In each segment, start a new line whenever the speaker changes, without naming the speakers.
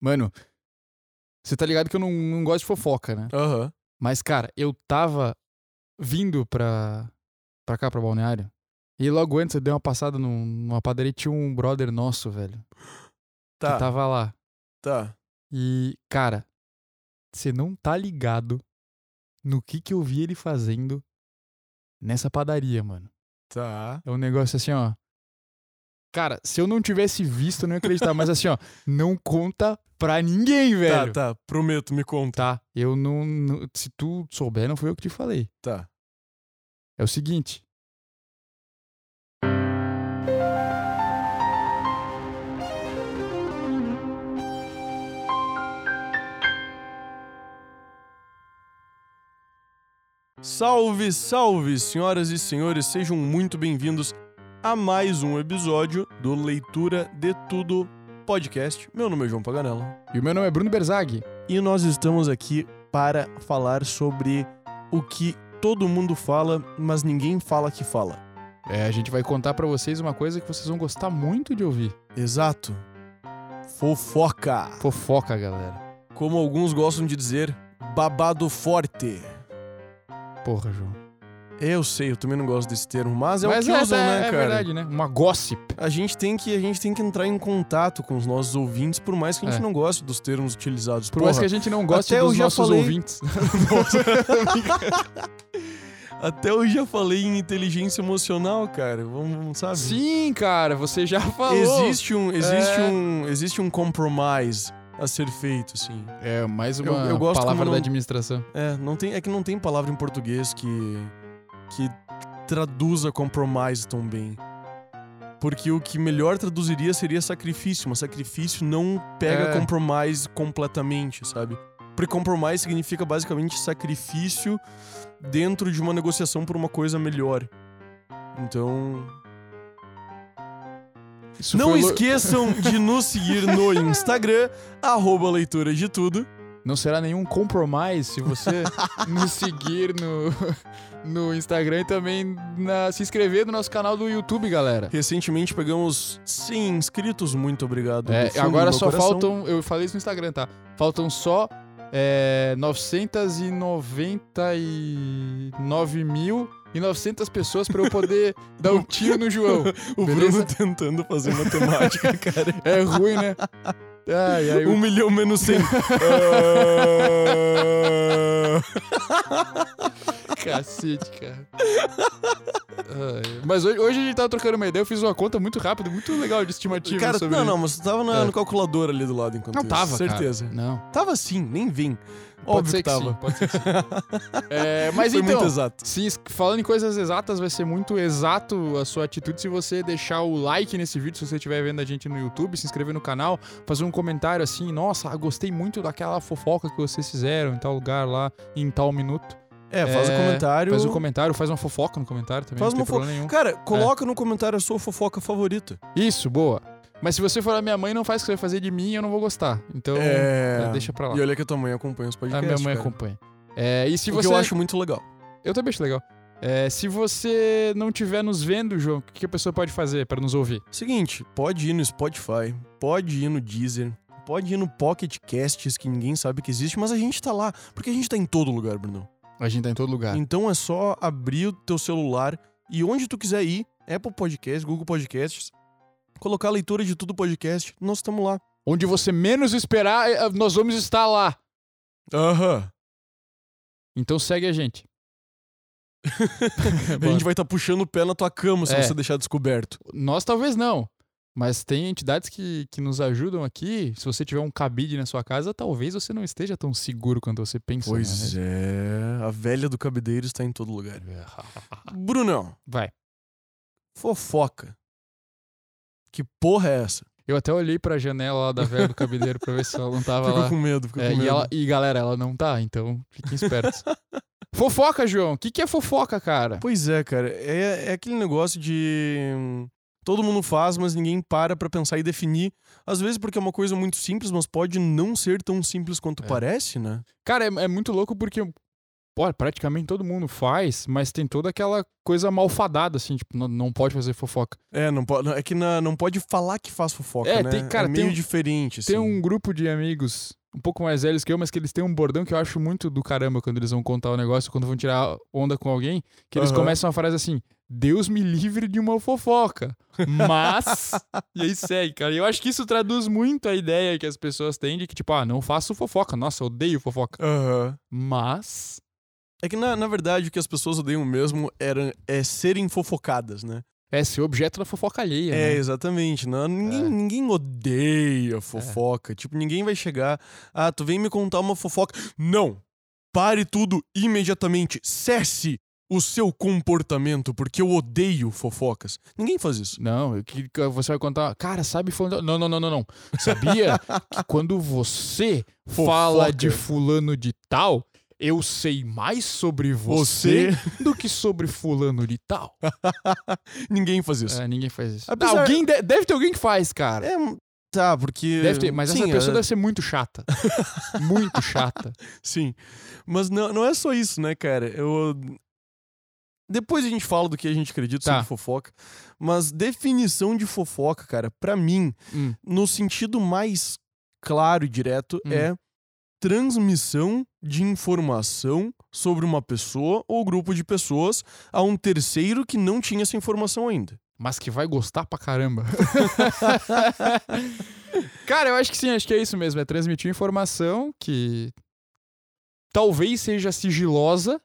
Mano, você tá ligado que eu não, não gosto de fofoca, né?
Aham.
Mas, cara, eu tava vindo pra, pra cá, pra Balneário. E logo antes eu dei uma passada num- numa padaria e tinha um brother nosso, velho.
Tá,
Que tava lá.
tá.
E, cara, você não tá ligado no que que eu vi ele fazendo nessa padaria, mano.
Tá.
É um negócio assim, ó. Cara, se eu não tivesse visto, eu não ia acreditar. mas assim, ó, não conta pra ninguém, velho.
Tá, tá. Prometo, me conta.
Tá, eu não, não- Se tu souber, não foi eu que te falei.
Tá.
É o seguinte.
Salve, salve, senhoras e senhores, sejam muito bem-vindos a mais um episódio do Leitura de Tudo Podcast. Meu nome é João Paganello
E o meu nome é Bruno Berzag.
e nós estamos aqui para falar sobre o que todo mundo fala, mas ninguém fala que fala.
É, a gente vai contar pra vocês uma coisa que vocês vão gostar muito de ouvir.
Exato. Fofoca.
Fofoca, galera.
Como alguns gostam de dizer, babado forte.
Porra, João.
Eu sei, eu também não gosto desse termo, mas é o que
é,
usam,
é-
né,
é
cara?
verdade, né? Uma gossip.
A gente tem que a gente tem que entrar em contato com os nossos ouvintes, por mais que a gente
É.
não goste dos termos utilizados.
Por
Porra,
mais que a gente não goste
até eu
dos
já
nossos
falei- Tá
ouvintes.
até eu já falei em inteligência emocional, cara. Vamos, vamos sabe?
Sim, cara, você já falou.
Existe um
É.
existe um existe um compromise a ser feito, assim.
É, mais uma
Eu- eu gosto
palavra
como não-
da administração.
É, não tem, é que não tem palavra em português que que traduza compromise tão bem. Porque o que melhor traduziria seria sacrifício, mas sacrifício não pega
É.
compromise completamente, sabe? Porque compromise significa basicamente sacrifício dentro de uma negociação por uma coisa melhor. Então,
Isso
não
foi lo-
esqueçam de nos seguir no Instagram arroba leitura de tudo.
Não será nenhum compromise se você nos seguir no, no Instagram e também na- se inscrever no nosso canal do YouTube, galera.
Recentemente pegamos 100 inscritos, muito obrigado. do
É,
fundo do
agora
meu
só
coração.
faltam, eu falei isso no Instagram, tá? Faltam só é, 999.900 pessoas pra eu poder dar um tiro no João.
O
Beleza?
Bruno tentando fazer matemática, cara.
É ruim, né? Ai, ai,
Um
o-
milhão menos cem.
Cacete, cara. Ai, mas hoje, hoje a gente tava trocando uma ideia, eu fiz uma conta muito rápida, muito legal de estimativa
cara,
sobre
não, não, mas tu tava na,
É.
no calculador ali do lado enquanto
Não
isso,
tava, cara.
Certeza.
Não.
Tava sim, nem vim.
Pode
Óbvio
ser que,
tava.
sim, pode ser que sim. É, mas
Foi muito
então,
exato.
se, es- falando em coisas exatas, vai ser muito exato a sua atitude se você deixar o like nesse vídeo, se você estiver vendo a gente no YouTube, se inscrever no canal, fazer um comentário assim, nossa, gostei muito daquela fofoca que vocês fizeram em tal lugar lá, em tal minuto.
É, faz o
É,
comentário.
Faz um comentário, faz uma fofoca no comentário também,
Faz
não tem
uma fo-
problema nenhum.
Cara,
É.
coloca no comentário a sua fofoca favorita.
Isso, boa. Mas se você for a minha mãe, não faz o que você vai fazer de mim, eu não vou gostar. Então,
é.
deixa pra lá.
E olha que a tua mãe acompanha os
a
podcasts.
minha mãe
cara.
acompanha. É, e se
O
você.
que eu acho muito legal.
Eu também acho legal. É, se você não estiver nos vendo, João, o que que a pessoa pode fazer pra nos ouvir?
Seguinte, pode ir no Spotify, pode ir no Deezer, pode ir no Pocket Casts, que ninguém sabe que existe, mas a gente tá lá, porque a gente tá em todo lugar, Bruno.
A gente tá em todo lugar.
Então é só abrir o teu celular e onde tu quiser ir, Apple Podcasts, Google Podcasts, colocar a leitura de tudo podcast, nós estamos lá.
Onde você menos esperar, eh, nós vamos estar lá.
Aham.
Então segue a gente.
A gente vai estar puxando o pé na tua cama se
É.
você deixar descoberto.
Nós talvez não. Mas tem entidades que, que nos ajudam aqui. Se você tiver um cabide na sua casa, talvez você não esteja tão seguro quanto você pensa. né?
Pois é, a velha do cabideiro está em todo lugar. Brunão,
Vai.
fofoca. Que porra é essa?
Eu até olhei pra janela lá da velha do cabideiro pra ver se ela não tava
Ficou
lá.
com medo, ficou
É,
com medo.
e, ela- e, galera, ela não tá, então fiquem espertos. fofoca, João. O que, que é fofoca, cara?
Pois é, cara. É, é aquele negócio de. hum, Todo mundo faz, mas ninguém para pra pensar e definir. Às vezes porque é uma coisa muito simples, mas pode não ser tão simples quanto
É.
parece, né?
Cara, é, é muito louco porque olha, praticamente todo mundo faz, mas tem toda aquela coisa malfadada, assim, tipo, não, não pode fazer fofoca.
É, não pode, é que na- não pode falar que faz fofoca,
É,
né?
tem- cara,
é
tem
meio
um-
diferente, assim.
Tem um grupo de amigos um pouco mais velhos que eu, mas que eles têm um bordão que eu acho muito do caramba quando eles vão contar o negócio, quando vão tirar onda com alguém, que eles
Aham.
começam a frase assim: Deus me livre de uma fofoca. Mas. e aí segue, cara. E eu acho que isso traduz muito a ideia que as pessoas têm de que, tipo, ah, não faço fofoca. Nossa, eu odeio fofoca.
Aham.
Mas.
É que, na, na verdade, o que as pessoas odeiam mesmo era, é serem fofocadas, né?
É ser objeto da fofoca alheia. né?
É, exatamente. Não, ninguém,
É.
ninguém odeia fofoca. Tipo, ninguém vai chegar. Ah, tu vem me contar uma fofoca. Não! Pare tudo imediatamente. Cesse o seu comportamento, porque eu odeio fofocas. Ninguém faz isso.
Não, o que que você vai contar? Cara, sabe fulano. Não, não, não, não, não. Sabia que quando você fala
Fofoca.
de fulano de tal, eu sei mais sobre você, do que sobre fulano de tal.
Ninguém faz isso.
É, ninguém faz isso.
Apesar-
Alguém de- deve ter alguém que faz, cara.
É, tá, porque.
Deve ter, mas
Sim,
essa pessoa
é-
deve ser muito chata. muito chata.
Sim. Mas não, não é só isso, né, cara? Eu. Depois a gente fala do que a gente acredita
Tá.
sobre fofoca. Mas definição de fofoca, cara, pra mim,
Hum.
no sentido mais claro e direto,
Hum.
é transmissão de informação sobre uma pessoa ou grupo de pessoas a um terceiro que não tinha essa informação ainda.
mas que vai gostar pra caramba. Cara, eu acho que sim, acho que é isso mesmo. É transmitir informação que talvez seja sigilosa,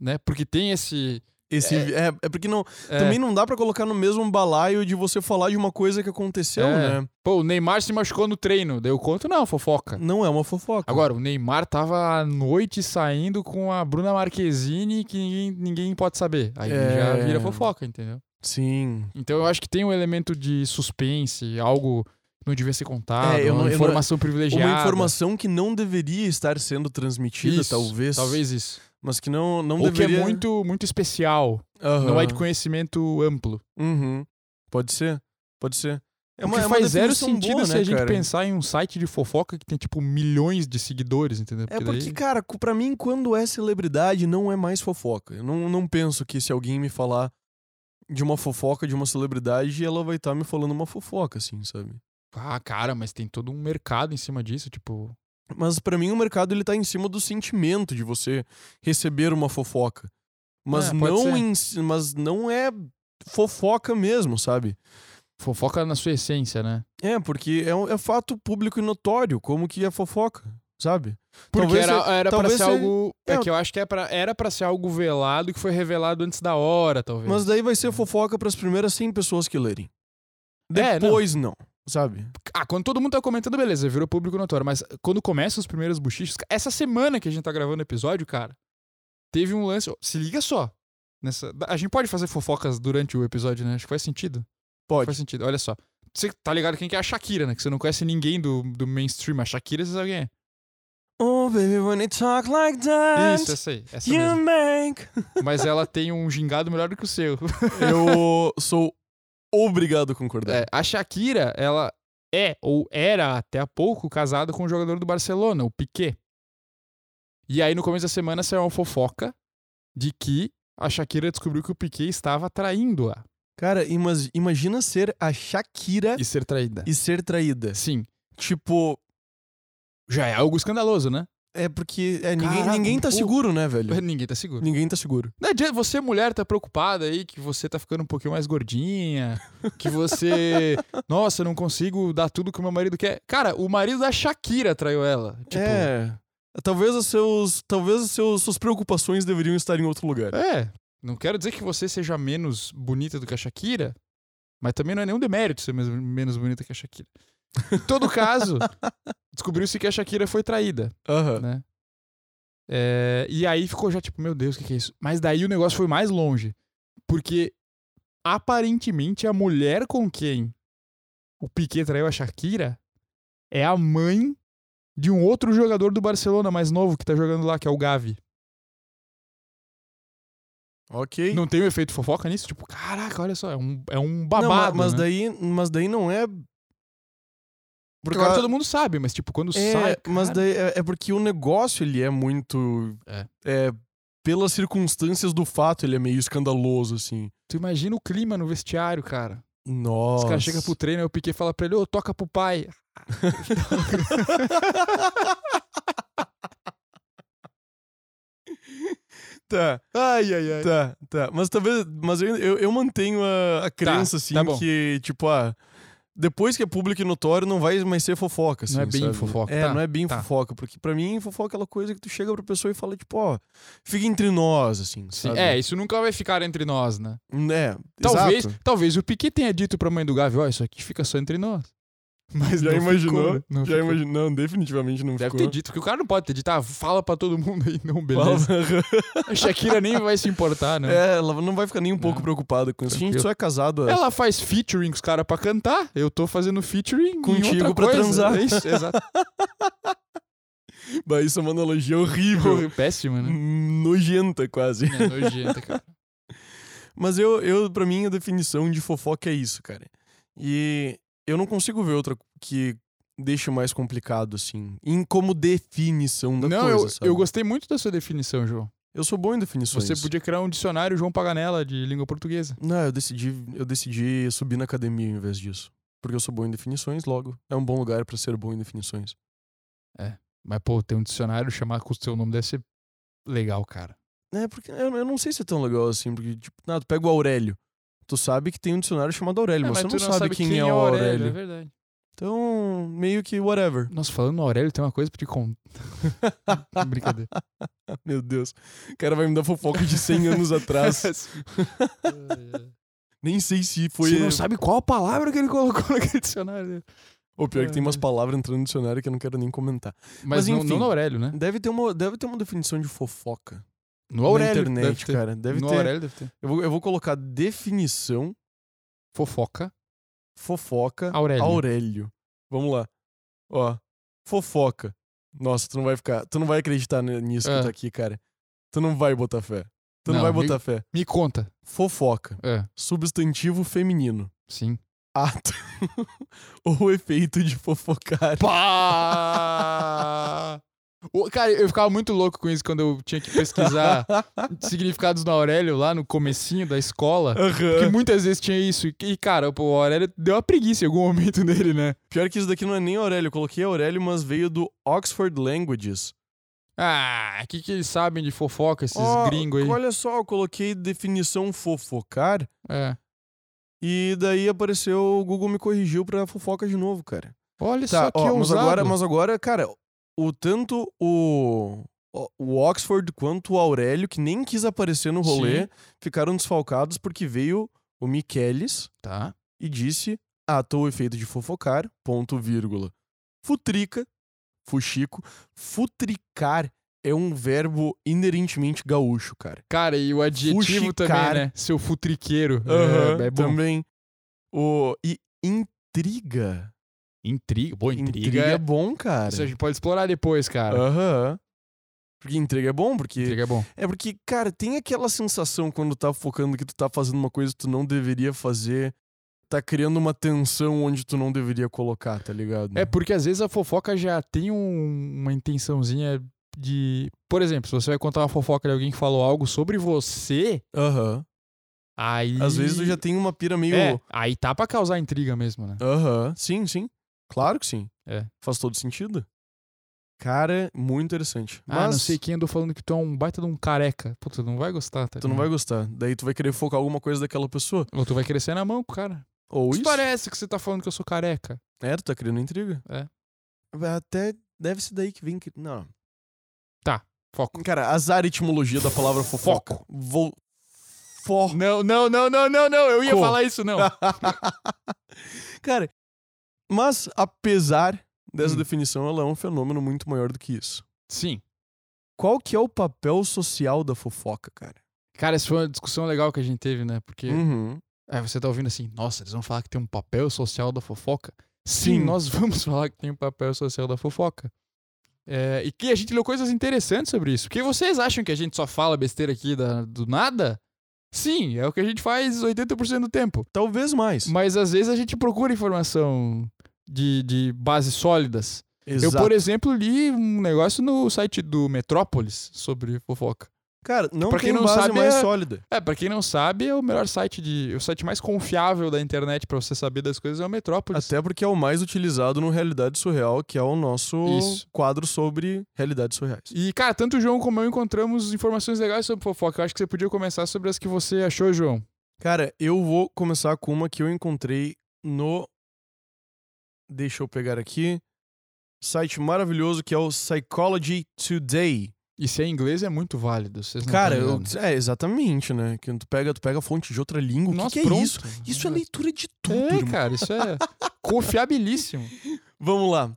né? Porque tem esse.
Esse, é. é porque não,
é,
também não dá pra colocar no mesmo balaio de você falar de uma coisa que aconteceu,
É.
né?
Pô, o Neymar se machucou no treino. Daí eu conto, não, fofoca.
Não é uma fofoca.
Agora, o Neymar tava à noite saindo com a Bruna Marquezine que ninguém, ninguém pode saber. Aí
É.
já vira fofoca, entendeu?
Sim.
Então eu acho que tem um elemento de suspense, algo que não devia ser contado,
É, eu
uma
não- eu não-
informação privilegiada.
Uma informação que não deveria estar sendo transmitida,
Isso,
talvez.
Talvez isso.
Mas que não, não
Ou
deveria. né?
que é muito, muito especial.
Aham.
Não é de conhecimento amplo.
Uhum. Pode ser. Pode ser. É
o que faz zero
definição
sentido
boa,
se
né,
a gente
cara?
pensar em um site de fofoca que tem, tipo, milhões de seguidores, entendeu?
É
daí-
porque, cara, cu- pra mim, quando é celebridade, não é mais fofoca. Eu não, não penso que se alguém me falar de uma fofoca de uma celebridade, ela vai estar me falando uma fofoca, assim, sabe?
Ah, cara, mas tem todo um mercado em cima disso, tipo...
Mas pra mim o mercado ele tá em cima do sentimento de você receber uma fofoca. Mas
É, pode ser.
não em si- mas não é fofoca mesmo, sabe?
Fofoca na sua essência, né?
É, porque é, um- é fato público e notório, como que é fofoca, sabe?
Porque
Talvez
era,
se-
era pra
talvez
ser
se-
algo... É
é,
que eu acho que é pra- era pra ser algo velado que foi revelado antes da hora, talvez.
Mas daí vai ser fofoca pras primeiras 100 pessoas que lerem.
É, não.
Depois não. sabe?
Ah, quando todo mundo tá comentando, beleza, virou público notório. Mas quando começam os primeiros bochichos. Essa semana que a gente tá gravando o episódio, cara, teve um lance. ó, Se liga só. Nessa, a gente pode fazer fofocas durante o episódio, né? Acho que faz sentido.
Pode.
Faz sentido. Olha só. Você tá ligado quem que é a Shakira, né? Que você não conhece ninguém do, do mainstream. A Shakira, você sabe quem é?
Oh, baby, when you talk like that,
Isso, essa aí. Essa
you
mesmo.
make.
Mas ela tem um gingado melhor do que o seu.
Eu sou obrigado a concordar.
É, a Shakira, ela é ou era até há pouco casada com um jogador do Barcelona, o Piquet. E aí no começo da semana saiu uma fofoca de que a Shakira descobriu que o Piquet estava traindo-a
Cara, imas- imagina ser a Shakira
e ser traída.
e ser traída.
Sim,
Tipo,
já é algo escandaloso, né?
é porque é, ninguém,
Caraca,
ninguém tá
pô.
seguro, né, velho?
Ninguém tá um seguro.
Ninguém tá seguro.
Não adianta, você mulher tá preocupada aí que você tá ficando um pouquinho mais gordinha, que você, nossa, eu não consigo dar tudo que o meu marido quer. Cara, o marido da Shakira traiu ela. Tipo,
é. Talvez as, seus, talvez as seus, suas preocupações deveriam estar em outro lugar.
É. Não quero dizer que você seja menos bonita do que a Shakira, mas também não é nenhum demérito ser mes- menos bonita que a Shakira. Em todo caso, descobriu-se que a Shakira foi traída,
Aham.
né? É, e aí ficou já tipo, meu Deus, o que, que é isso? Mas daí o negócio foi mais longe. Porque aparentemente a mulher com quem o Piquet traiu a Shakira é a mãe de um outro jogador do Barcelona mais novo que tá jogando lá, que é o Gavi.
Ok.
Não tem o efeito fofoca nisso? Tipo, caraca, olha só, é um, é um
Não, ma-
babado.
mas,
né?
daí, mas daí não é.
Porque agora todo mundo sabe, mas tipo, quando
é,
sai.
mas
cara,
daí é, é porque o negócio ele é muito.
É.
é, pelas circunstâncias do fato, ele é meio escandaloso, assim.
Tu imagina o clima no vestiário, cara.
Nossa.
Os caras chegam
tipo,
pro treino, aí o Piquet fala pra ele, ô, toca pro pai.
Tá,
Ai, ai, ai.
tá, tá. Mas talvez. Mas eu, eu, eu mantenho a, a crença, assim,
tá bom.
que, tipo, ah. Depois que é público e notório, não vai mais ser fofoca, assim,
Não é bem
sabe?
fofoca,
É,
tá,
não é bem
tá.
fofoca. Porque pra mim, fofoca é aquela coisa que tu chega pra pessoa e fala, tipo, ó, fica entre nós, assim,
Sim,
sabe?
é, isso nunca vai ficar entre nós, né?
É,
Talvez,
exato.
talvez o Piquet tenha dito pra mãe do Gavi, ó, isso aqui fica só entre nós. Mas
Já
não ficou,
imaginou?
né? Não
Já
ficou.
imaginou? Não, definitivamente não
Deve
ficou.
ter dito, porque o cara não pode ter dito, ah, fala pra todo mundo aí, não, beleza.
Fala-
A Shakira nem vai se importar, né?
É, ela não vai ficar nem um pouco
Não.
preocupada com isso. A gente
Tranquilo.
só é casado. há-
Ela faz featuring com os caras pra cantar, eu tô fazendo featuring em
Contigo
outra
pra
coisa.
transar.
É isso, exato.
Bah, isso é uma analogia horrível.
Péssima, né?
Nojenta, quase.
É nojenta, cara.
Mas eu, eu, pra mim, a definição de fofoca é isso, cara. E eu não consigo ver outra que deixe mais complicado, assim, em como definição da
Não,
coisa,
eu,
sabe?
eu gostei muito da sua definição, João.
Eu sou bom em definições.
Você podia criar um dicionário João Paganella de língua portuguesa.
Não, eu decidi, eu decidi subir na academia em vez disso. Porque eu sou bom em definições, logo. É um bom lugar pra ser bom em definições.
Mas, pô, ter um dicionário chamar com o seu nome deve ser legal, cara.
É, porque eu, eu não sei se é tão legal assim, porque, tipo, ah, tu pega o Aurélio. Tu sabe que tem um dicionário chamado Aurélio, mas, você não, sabe, quem, é o Aurélio.
É verdade.
Então, meio que whatever.
Nossa, falando no Aurélio, tem uma coisa pra te contar. Brincadeira.
Meu Deus. O cara vai me dar fofoca de 100 anos atrás. Nem sei se foi.
Você não sabe qual a palavra que ele colocou naquele dicionário.
O pior é que tem umas palavras entrando no dicionário que eu não quero nem comentar.
Mas,
Mas,
não,
enfim.
não no Aurélio, né?
Deve ter uma, deve ter uma definição de fofoca
No Aurélio.
na
deve
internet,
ter.
cara. Deve
no
ter.
Aurélio deve ter.
Eu vou, eu vou colocar definição
Fofoca.
fofoca
Aurélio.
Aurélio. Vamos lá. Ó, fofoca. Nossa, tu não vai ficar, tu não vai acreditar ni- nisso
Ah.
que tá aqui, cara. Tu não vai botar fé. Tu não,
Não,
vai
me-
botar fé.
Me conta.
Fofoca,
É,
substantivo feminino.
sim.
ato ou efeito de fofocar.
Pá! Ô, Cara, eu ficava muito louco com isso quando eu tinha que pesquisar significados no Aurélio lá no comecinho da escola. Porque
Aham.
muitas vezes tinha isso. E- E, cara, pô, o Aurélio deu uma preguiça em algum momento nele, né?
Pior que isso daqui não é nem Aurélio. Eu coloquei Aurélio, mas veio do Oxford Languages.
Ah, o que, que eles sabem de fofoca, esses
Ó,
gringos aí?
Olha só, eu coloquei definição fofocar
É.
e daí apareceu, o Google me corrigiu pra fofoca de novo, cara.
Olha
Tá,
só que é
ó, mas,
ousado.
agora, mas agora, cara, o tanto o, o- o Oxford quanto o Aurélio, que nem quis aparecer no rolê,
Sim.
ficaram desfalcados porque veio o Michelis,
Tá.
e disse: ata o efeito de fofocar, ponto, vírgula. Futrica, fuxico. Futricar é um verbo inerentemente gaúcho, cara.
Cara, e o adjetivo
Fuxicar.
também, né? Seu futriqueiro.
Aham,
é, é bom.
também. O, e intriga.
Intriga. Boa, intriga.
é bom, cara. Ah,
Isso a gente pode explorar depois, cara.
Aham. Porque intriga é bom, porque.
Intriga é bom.
É porque, cara, tem aquela sensação quando tá focando que tu tá fazendo uma coisa que tu não deveria fazer. Tá criando uma tensão onde tu não deveria colocar, tá ligado?
É porque às vezes a fofoca já tem um- uma intençãozinha de. Por exemplo, se você vai contar uma fofoca de alguém que falou algo sobre você,
Aham.
aí.
Às vezes eu já tenho uma pira meio.
É, aí tá pra causar intriga mesmo, né?
Aham. Sim, sim. Claro que sim.
É.
Faz todo sentido. Cara, muito interessante. Mas
Ah, não sei quem andou falando que tu é um baita de um careca. Pô, tu não vai gostar, tá?
tu não vai
ligado?
gostar. Daí tu vai querer focar alguma coisa daquela pessoa.
Ou tu vai crescer na mão, com o cara.
Ou
Isso
isso.
parece que você tá falando que eu sou careca.
É, tu tá criando intriga.
É.
Até deve ser daí que vem. que- Não.
Tá, Foco.
Cara, azar a etimologia da palavra fofoca.
Foco.
Vou. For...
Não, não, não, não, não, não. Eu ia
Oh. Co.
falar isso, não.
Cara, mas apesar dessa
Hum.
definição, ela é um fenômeno muito maior do que isso.
Sim.
Qual que é o papel social da fofoca, cara?
Cara, essa foi uma discussão legal que a gente teve, né? Porque
Uhum.
Aí você tá ouvindo assim, nossa, eles vão falar que tem um papel social da fofoca? Sim,
Sim.
nós vamos falar que tem um papel social da fofoca. É, e que a gente leu coisas interessantes sobre isso. Porque vocês acham que a gente só fala besteira aqui da- do nada? Sim, é o que a gente faz 80% do tempo.
Talvez mais.
Mas às vezes a gente procura informação de, de bases sólidas. Eu, por exemplo, li um negócio no site do Metrópolis sobre fofoca.
Cara, não
pra
tem
quem não
base
sabe,
mais
é-
sólida.
É, pra quem não sabe, é o melhor site de. O site mais confiável da internet pra você saber das coisas é o Metrópolis.
Até porque é o mais utilizado no Realidade Surreal, que é o nosso
Isso.
quadro sobre realidades surreais.
E, cara, tanto o João como eu encontramos informações legais sobre fofoca. Eu acho que você podia começar sobre as que você achou, João.
Cara, eu vou começar com uma que eu encontrei no. Deixa eu pegar aqui. Site maravilhoso que é o Psychology Today.
E se é inglês é muito válido. Vocês não
Cara,
tão
eu-
ligando.
é exatamente, né? Que tu pega, tu pega a fonte de outra língua. O
Nossa,
que que, é
pronto.
isso? Isso é leitura de tudo, irmão.
É, cara, isso é confiabilíssimo.
Vamos lá.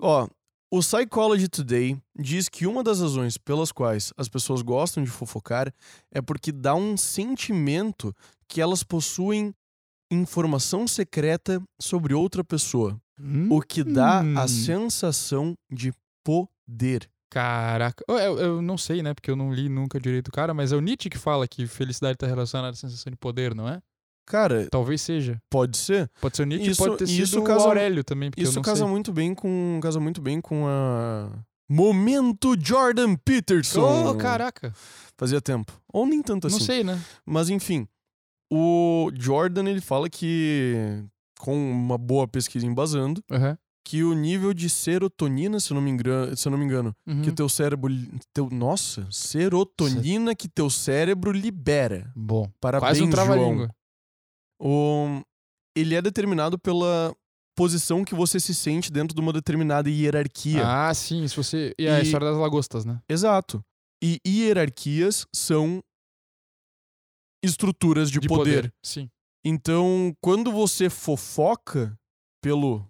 Ó, o Psychology Today diz que uma das razões pelas quais as pessoas gostam de fofocar é porque dá um sentimento que elas possuem informação secreta sobre outra pessoa, o que dá a
Hum.
sensação de poder.
Caraca. Eu, eu- eu não sei, né? Porque eu não li nunca direito o cara, mas é o Nietzsche que fala que felicidade tá relacionada à sensação de poder, não é?
Cara,
Talvez seja.
pode ser.
Pode ser o Nietzsche,
Isso-
pode ter
isso
sido
casa-
o Aurélio também, porque eu
Isso
não
casa
sei.
muito bem com casa muito bem com a momento Jordan Peterson.
Ô, caraca.
Fazia tempo. Ou nem tanto assim.
Não sei, né?
Mas enfim, o Jordan ele fala que com uma boa pesquisa embasando
Aham.
que o nível de serotonina, se eu não me engano, se eu não me engano,
Uhum.
que teu cérebro, li- teu nossa, serotonina que teu cérebro libera.
Bom,
Parabéns,
quase um
João.
trava-língua.
O, ele é determinado pela posição que você se sente dentro de uma determinada hierarquia.
Ah, sim, se você... E a
E-
história das lagostas, né?
Exato. E hierarquias são estruturas de, poder.
Sim.
Então, quando você fofoca, pelo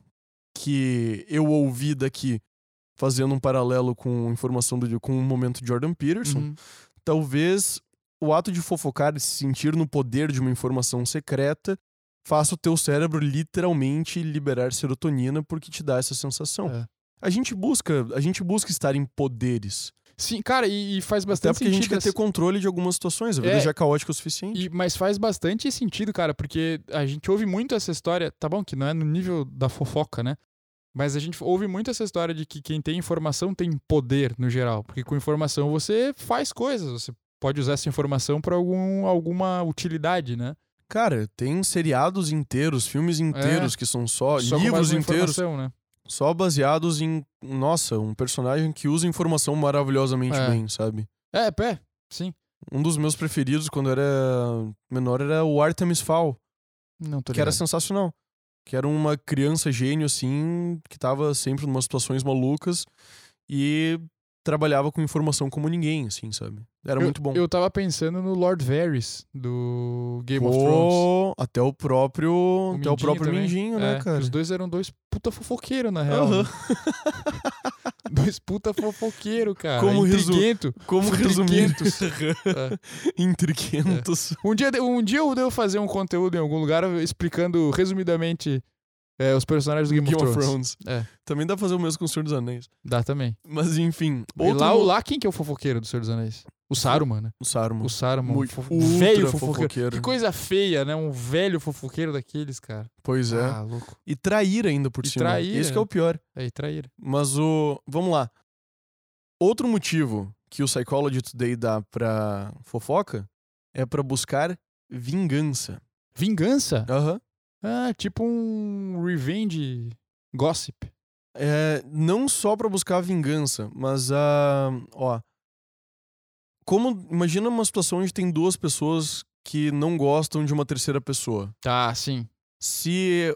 que eu ouvi daqui, fazendo um paralelo com informação do, com o momento de Jordan Peterson,
Uhum.
talvez o ato de fofocar e se sentir no poder de uma informação secreta faça o teu cérebro literalmente liberar serotonina porque te dá essa sensação.
É.
A gente busca, a gente busca estar em poderes,
Sim, cara, e, e faz
até
bastante
porque a gente
sentido
quer ter
essa-
controle de algumas situações, a vida
É.
já é caótica o suficiente.
E- mas faz bastante sentido, cara, porque a gente ouve muito essa história, tá bom que não é no nível da fofoca, né? Mas a gente ouve muito essa história de que quem tem informação tem poder no geral, porque com informação você faz coisas, você pode usar essa informação pra algum, alguma utilidade, né?
Cara, tem seriados inteiros, filmes inteiros que são só,
É. Só com mais
livros
uma
inteiros,
informação, né?
só baseados em, nossa, um personagem que usa informação maravilhosamente
É.
bem, sabe?
É, pé, sim.
Um dos meus preferidos quando era menor era o Artemis Fowl,
Não tô
que era
ligado.
sensacional. Que era uma criança gênio assim, que tava sempre em umas situações malucas e trabalhava com informação como ninguém, assim, sabe? Era
eu,
muito bom.
Eu tava pensando no Lord Varys do Game
Pô,
of Thrones.
até o próprio,
O
até o
Mindinho
próprio
também.
Mindinho,
É,
né,
que
cara?
Os dois eram dois puta fofoqueiro, na real.
Aham.
né? dois puta fofoqueiro, cara.
Como resu-
Intriguento.
Como resumir?
Intriguentos. É.
Intriguentos.
Um dia, de- um dia eu devo fazer um conteúdo em algum lugar explicando resumidamente é, os personagens do Game, of, Thrones. É.
Também dá pra fazer o mesmo com o Senhor dos Anéis.
Dá também.
Mas enfim.
E lá, o lá, quem que é o fofoqueiro do Senhor dos Anéis? O Saruman, né?
O Saruman.
O Saruman. um
Uhum. Muito
fofo-
ultra
velho
fofoqueiro.
fofoqueiro. Que coisa feia, né? Um velho fofoqueiro daqueles, cara.
Pois é.
Ah, louco.
E trair ainda por
E
cima.
traíra.
Esse que é o pior.
Aí, traíra.
Mas o. Vamos lá. Outro motivo que o Psychology Today dá pra fofoca é pra buscar vingança.
Vingança?
Aham.
Ah, tipo um revenge gossip.
É, não só pra buscar vingança, mas a. Ó. Como. Imagina uma situação onde tem duas pessoas que não gostam de uma terceira pessoa.
Tá, sim.
se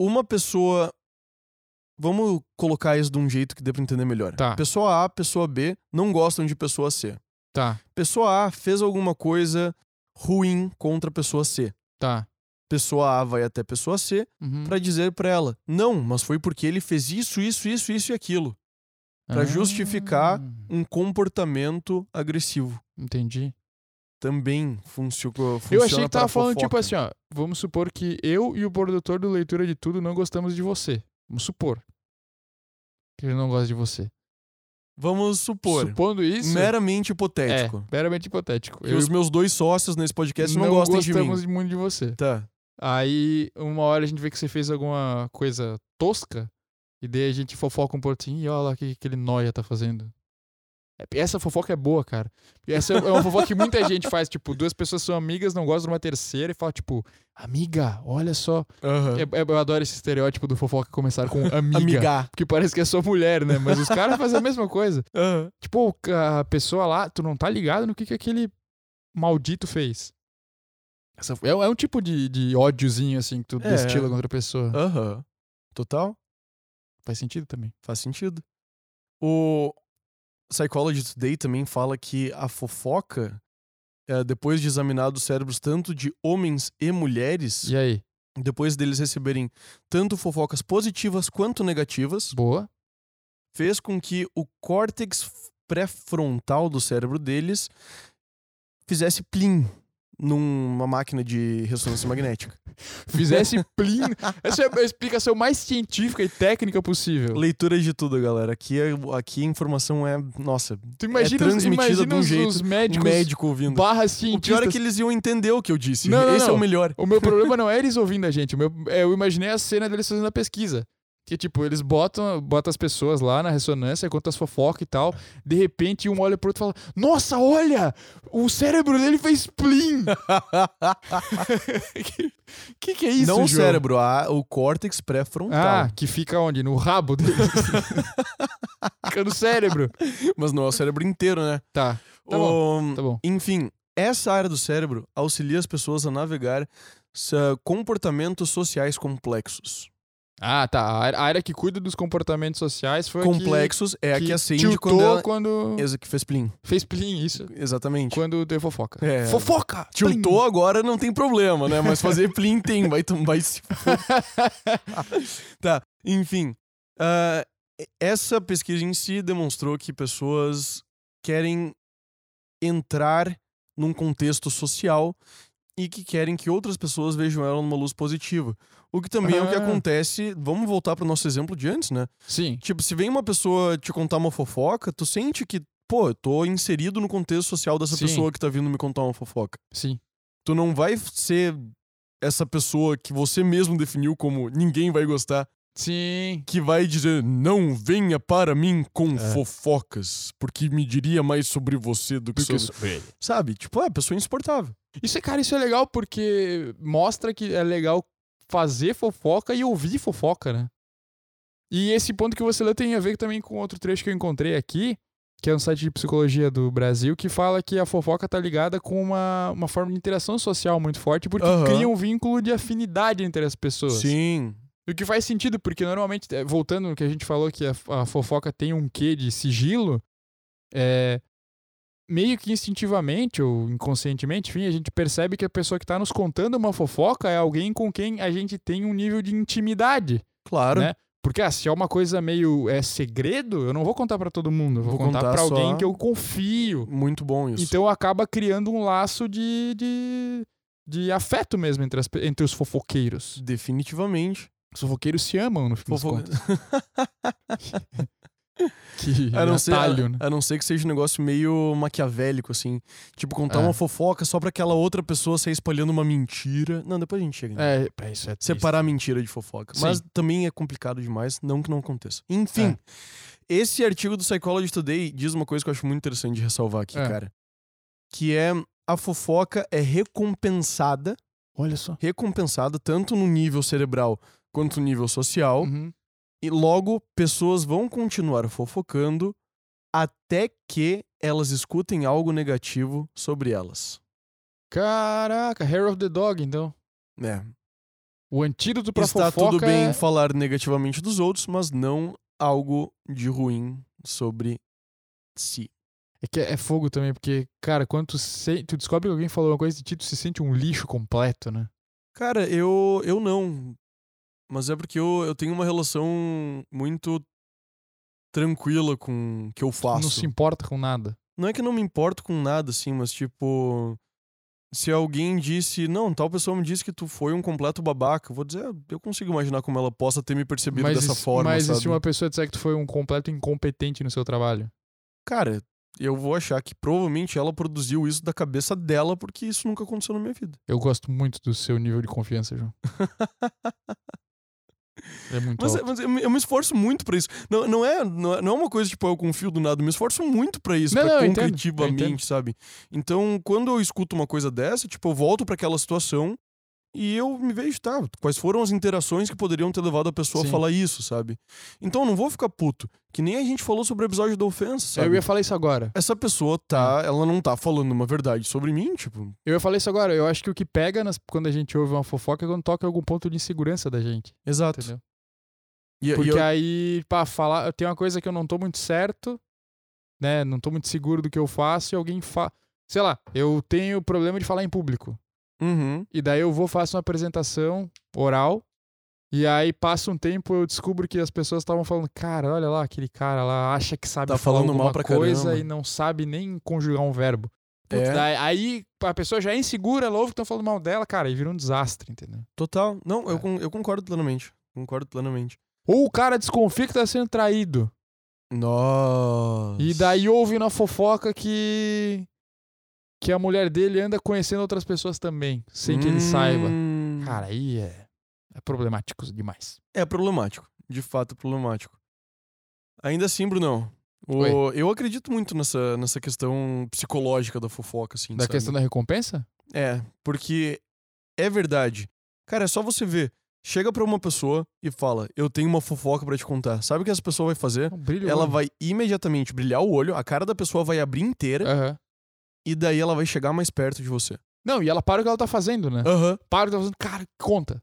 uma pessoa. Vamos colocar isso de um jeito que dê pra entender melhor.
Tá.
Pessoa A, pessoa B não gostam de pessoa C.
Tá,
Pessoa A fez alguma coisa ruim contra a pessoa C.
tá.
Pessoa A vai até pessoa C
Uhum.
pra dizer pra ela: "Não, mas foi porque ele fez isso, isso, isso, isso e aquilo". pra
Ah,
justificar- Um comportamento agressivo
Entendi.
também funcio- funciona
Eu achei que
pra
tava falando
fofoca.
tipo assim, ó. Vamos supor que eu e o produtor do Leitura de Tudo não gostamos de você. Vamos supor. Que ele não gosta de você.
Vamos supor,
Supondo isso.
meramente
é,
hipotético.
meramente hipotético.
E os meus dois sócios nesse podcast não,
não
gostam de mim.
gostamos muito de você.
Tá.
Aí, uma hora a gente vê que você fez alguma coisa tosca, e daí a gente fofoca um pouquinho e olha lá o que que aquele noia tá fazendo. Essa fofoca é boa, cara. E Essa é uma fofoca que muita gente faz, tipo, duas pessoas são amigas, não gostam de uma terceira e fala, tipo, amiga, olha só.
Aham.
Eu, eu- eu adoro esse estereótipo do fofoca começar com amiga.
Amigar.
Porque parece que é só mulher, né? Mas os caras fazem a mesma coisa.
Aham.
Tipo, a pessoa lá, tu não tá ligado no que, que aquele maldito fez. Essa- é, é um tipo de, de ódiozinho, assim, que tu
É.
destila contra a pessoa.
Aham. Total.
Faz sentido também.
Faz sentido. O Psychology Today também fala que a fofoca, é, depois de examinar os cérebros tanto de homens e mulheres,
E aí?
depois deles receberem tanto fofocas positivas quanto negativas,
Boa?
fez com que o córtex pré-frontal do cérebro deles fizesse plim numa máquina de ressonância magnética.
Fizesse plim. Essa é a explicação mais científica e técnica possível.
Leitura de tudo, galera. Aqui, é- aqui a informação é, nossa,
Tu imagina,
É
os-
transmitida
imagina
de um
os,
jeito
os
um
médicos
médico ouvindo.
barra
O pior é
cientistas.
que eles iam entender o que eu disse.
Não, não,
Esse é
não.
o melhor.
O meu problema não é eles ouvindo a gente. O meu, é, eu imaginei a cena deles fazendo a pesquisa. Que, tipo, eles botam, botam as pessoas lá na ressonância, contam as fofocas e tal. De repente, um olha pro outro e fala: Nossa, olha! O cérebro dele fez plim! que, que que é isso,
não o
João?
cérebro, um a- o córtex pré-frontal.
Ah, que fica onde? No rabo dele. fica no cérebro.
Mas não é o cérebro inteiro, né?
Tá, Tá
O-
tá bom.
Enfim, essa área do cérebro auxilia as pessoas a navegar sa- comportamentos sociais complexos.
Ah, tá. A área- a área que cuida dos comportamentos sociais foi a que-
complexos
que,
é a que acende
tiltou
quando ela...
quando
Exa- que fez plim.
fez plim, isso.
Exatamente.
Quando tem fofoca.
É.
Fofoca!
Tiltou agora não tem problema, né? Mas fazer plim tem, vai, tom- vai se tá, enfim. Ah, e- essa pesquisa em si demonstrou que pessoas querem entrar num contexto social e que querem que outras pessoas vejam ela numa luz positiva. O que também é o que
Ah.
acontece. Vamos voltar pro nosso exemplo de antes, né?
Sim.
Tipo, se vem uma pessoa te contar uma fofoca, tu sente que, pô, eu tô inserido no contexto social dessa
Sim.
pessoa que tá vindo me contar uma fofoca.
Sim.
Tu não vai ser essa pessoa que você mesmo definiu como ninguém vai gostar
Sim.
que vai dizer não venha para mim com
É.
fofocas, porque me diria mais sobre você do que sobre... Sabe? Tipo, é, pessoa insuportável.
Isso, é- cara, isso é legal porque mostra que é legal fazer fofoca e ouvir fofoca, né? E esse ponto que você leu tem a ver também com outro trecho que eu encontrei aqui, que é um site de psicologia do Brasil, que fala que a fofoca tá ligada com uma, uma forma de interação social muito forte, porque
Aham.
cria um vínculo de afinidade entre as pessoas.
Sim.
O que faz sentido, porque normalmente, eh, voltando no que a gente falou, que a, a fofoca tem um quê de sigilo, é, meio que instintivamente ou inconscientemente, enfim, a gente percebe que a pessoa que está nos contando uma fofoca é alguém com quem a gente tem um nível de intimidade.
Claro.
Né? Porque ah, se é uma coisa meio é segredo, eu não vou contar para todo mundo, eu vou,
Vou
contar,
contar
para
só-
alguém que eu confio.
Muito bom isso.
Então acaba criando um laço de, de, de afeto mesmo entre, as pe- entre os fofoqueiros.
Definitivamente.
Os fofoqueiros se amam no fim das
Fofo-
contas. Que
a, não ser,
atalho, né?
a, a não ser que seja um negócio meio maquiavélico, assim. Tipo, contar
É.
uma fofoca só pra aquela outra pessoa sair espalhando uma mentira. Não, depois a gente chega. nisso.
É, pá, isso é triste.
Separar mentira de fofoca.
Sim. É.
Mas também é complicado demais, não que não aconteça. Enfim, esse artigo do Psychology Today diz uma coisa que eu acho muito interessante de ressalvar aqui,
É.
cara. Que é a fofoca é recompensada,
Olha só.
recompensada tanto no nível cerebral quanto no nível social,
Uhum.
e logo pessoas vão continuar fofocando até que elas escutem algo negativo sobre elas.
Caraca, Hair of the Dog, então.
É.
O antídoto pra
Está
fofoca
tudo bem
é-
falar negativamente dos outros, mas não algo de ruim sobre si.
É que é fogo também, porque, cara, quando tu, se- tu descobre que alguém falou uma coisa de ti, tu se sente um lixo completo, né?
Cara, eu, eu não. Mas é porque eu, eu tenho uma relação muito tranquila com o que eu faço.
Não se importa com nada.
Não é que eu não me importo com nada, assim, mas tipo. Se alguém disse, não, tal pessoa me disse que tu foi um completo babaca, eu vou dizer, "Ah, eu consigo imaginar como ela possa ter me percebido
mas
dessa
e se-
forma.
mas é e
sabe?
se uma pessoa disser que tu foi um completo incompetente no seu trabalho?
Cara, eu vou achar que provavelmente ela produziu isso da cabeça dela, porque isso nunca aconteceu na minha vida.
Eu gosto muito do seu nível de confiança, João. é muito
Mas, é-
alto.
mas eu, me- eu me esforço muito pra isso. Não, não, é, não é não é uma coisa tipo, eu confio do nada, eu me esforço muito pra isso,
Não,
pra
não, eu entendo, eu entendo.
concretivamente, sabe? Então, quando eu escuto uma coisa dessa, tipo, eu volto pra aquela situação e eu me vejo, tá, quais foram as interações que poderiam ter levado a pessoa
Sim.
a falar isso, sabe? Então, eu não vou ficar puto, que nem a gente falou sobre o episódio da ofensa, sabe?
Eu ia Hum. falar isso agora.
Essa pessoa tá, ela não tá falando uma verdade sobre mim, tipo,
Eu ia falar isso agora. Eu acho que o que pega nas- quando a gente ouve uma fofoca é quando toca em algum ponto de insegurança da gente.
exato.
Entendeu?
E, e
Porque
eu-
aí, pá, falar. Tem uma coisa que eu não tô muito certo, né? Não tô muito seguro do que eu faço e alguém fa. Sei lá, eu tenho problema de falar em público.
Uhum.
E daí eu vou, faço uma apresentação oral. E aí passa um tempo, eu descubro que as pessoas estavam falando, cara, olha lá, aquele cara lá acha que sabe
Tá
falar
falando mal
alguma
pra
coisa
caramba."
e não sabe nem conjugar um verbo. Putz,
É.
daí- aí a pessoa já é insegura, ela ouve que estão falando mal dela, cara, e vira um desastre, entendeu?
Total. Não,
É.
eu, con- eu concordo plenamente. Concordo plenamente.
Ou o cara desconfia que tá sendo traído.
Nossa.
E daí ouve na fofoca que. que a mulher dele anda conhecendo outras pessoas também, sem que ele saiba.
Hum.
Cara, aí é. é problemático demais.
É problemático. De fato, é problemático. Ainda assim, Brunão. o-
Oi.
eu acredito muito nessa, nessa questão psicológica da fofoca, assim.
Da
sabe?
questão da recompensa?
É, porque é verdade. Cara, é só você ver. Chega pra uma pessoa e fala: Eu tenho uma fofoca pra te contar. Sabe o que essa pessoa vai fazer?
Não, É um brilho.
Ela
mano.
vai imediatamente brilhar o olho, a cara da pessoa vai abrir inteira
Aham.
e daí ela vai chegar mais perto de você.
Não, e ela para o que ela tá fazendo, né?
Aham.
Para o que ela tá fazendo. Cara, conta.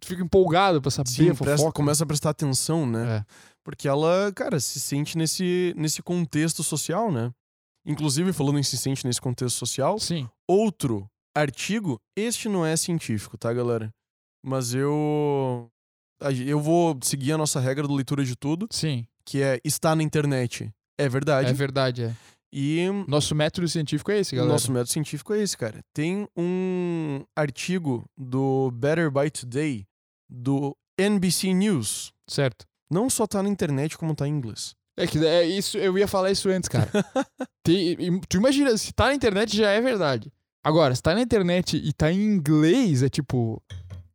Tu fica empolgado pra saber
Sim,
a
presta-
fofoca.
começa a prestar atenção, né?
É.
Porque ela, cara, se sente nesse, nesse contexto social, né? Inclusive, falando em se sente nesse contexto social,
Sim.
outro artigo, este não é científico, tá, galera? Mas eu. a ge- Eu vou seguir a nossa regra do leitura de tudo,
Sim.
que é está na internet. É verdade.
É verdade, é.
E
Nosso método científico é esse,
o
galera.
nosso método científico é esse, cara. Tem um artigo do Better by Today, do NBC News.
Certo.
Não só tá na internet, como tá em inglês.
É que é isso, eu ia falar isso antes, cara. Tem- im- tu imagina, se tá na internet já é verdade. Agora, se tá na internet e tá em inglês, é tipo.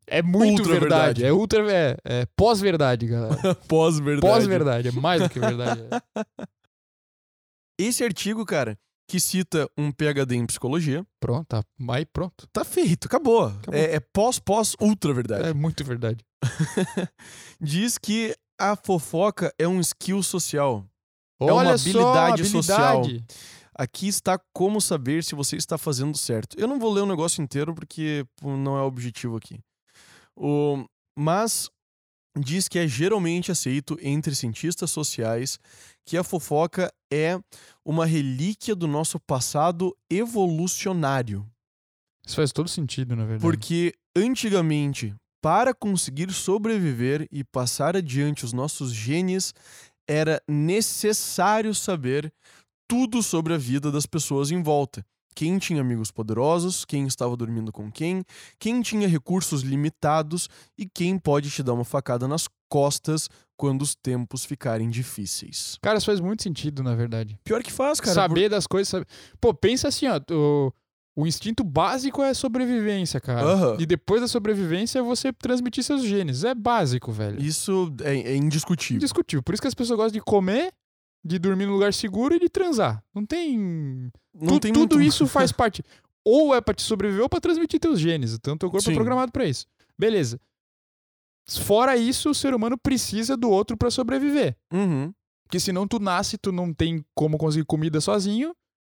É muito
Ultra
verdade.
verdade.
É ultra. É, é pós-verdade, galera.
Pós-verdade.
Pós-verdade, é mais do que verdade. é.
Esse artigo, cara, que cita um PhD em psicologia,
Pronto, tá. Aí pronto.
tá feito, acabou.
Acabou.
É, é pós-pós-ultra-verdade.
É muito verdade.
Diz que a fofoca é um skill social. É uma
Olha só,
habilidade social.
habilidade.
Aqui está como saber se você está fazendo certo. Eu não vou ler o negócio inteiro porque pô, não é o objetivo aqui. O... Mas diz que é geralmente aceito entre cientistas sociais que a fofoca é uma relíquia do nosso passado evolucionário.
Isso faz todo sentido, na
É.
verdade.
Porque antigamente, para conseguir sobreviver e passar adiante os nossos genes, era necessário saber tudo sobre a vida das pessoas em volta. Quem tinha amigos poderosos, quem estava dormindo com quem, quem tinha recursos limitados e quem pode te dar uma facada nas costas quando os tempos ficarem difíceis.
Cara, isso faz muito sentido, na verdade.
Pior que faz, cara.
saber das coisas. sabe- Pô, pensa assim, ó. O, o instinto básico é a sobrevivência, cara.
Aham.
E depois da sobrevivência, é você transmitir seus genes. É básico, velho.
Isso é, é indiscutível.
Indiscutível. Por isso que as pessoas gostam de comer, de dormir num lugar seguro e de transar. Não tem.
Não
Tu-
tem
tudo
muito-
isso faz parte. Ou é pra te sobreviver ou pra transmitir teus genes. Então teu corpo é
Sim.
programado pra isso. Beleza. Fora isso, o ser humano precisa do outro pra sobreviver.
Uhum.
Porque senão tu nasce, tu não tem como conseguir comida sozinho.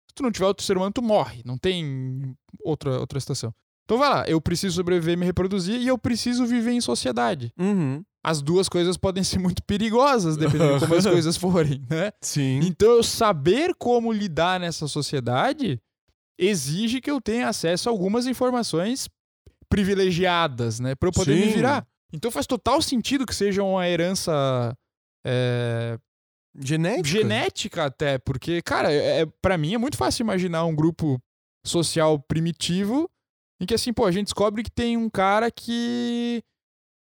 Se tu não tiver outro ser humano, tu morre. Não tem outra, outra situação. Então vai lá, eu preciso sobreviver, me reproduzir e eu preciso viver em sociedade.
Uhum.
As duas coisas podem ser muito perigosas, dependendo de como as coisas forem, né?
Sim.
Então eu saber como lidar nessa sociedade exige que eu tenha acesso a algumas informações privilegiadas, né? Pra eu poder me
Sim.
virar. Então faz total sentido que seja uma herança é,
Genética?
genética até, porque, cara, é, para mim é muito fácil imaginar um grupo social primitivo em que, assim, pô, a gente descobre que tem um cara que,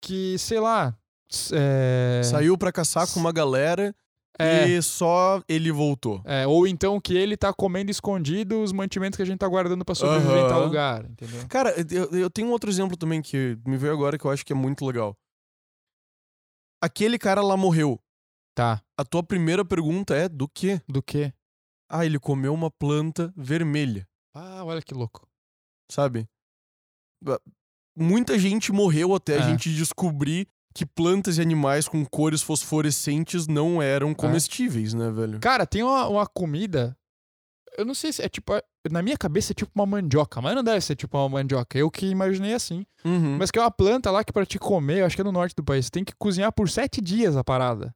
que sei lá, s- é,
Saiu pra caçar com uma galera
É.
e só ele voltou.
É, ou então que ele tá comendo escondido os mantimentos que a gente tá guardando pra sobreviver em tal
Aham.
lugar, entendeu?
Cara, eu, eu tenho um outro exemplo também que me veio agora que eu acho que é muito legal. Aquele cara lá morreu.
Tá.
A tua primeira pergunta é do quê?
Do quê?
Ah, ele comeu uma planta vermelha,
Ah, olha que louco.
sabe? Ba- Muita gente morreu até
É.
a gente descobrir que plantas e animais com cores fosforescentes não
É.
eram comestíveis, né, velho?
Cara, tem uma, uma comida. Eu não sei se é tipo. é- Na minha cabeça é tipo uma mandioca, mas não deve ser tipo uma mandioca. Eu que imaginei assim.
Uhum.
Mas que é uma planta lá que pra te comer, eu acho que é no norte do país, tem que cozinhar por sete dias a parada.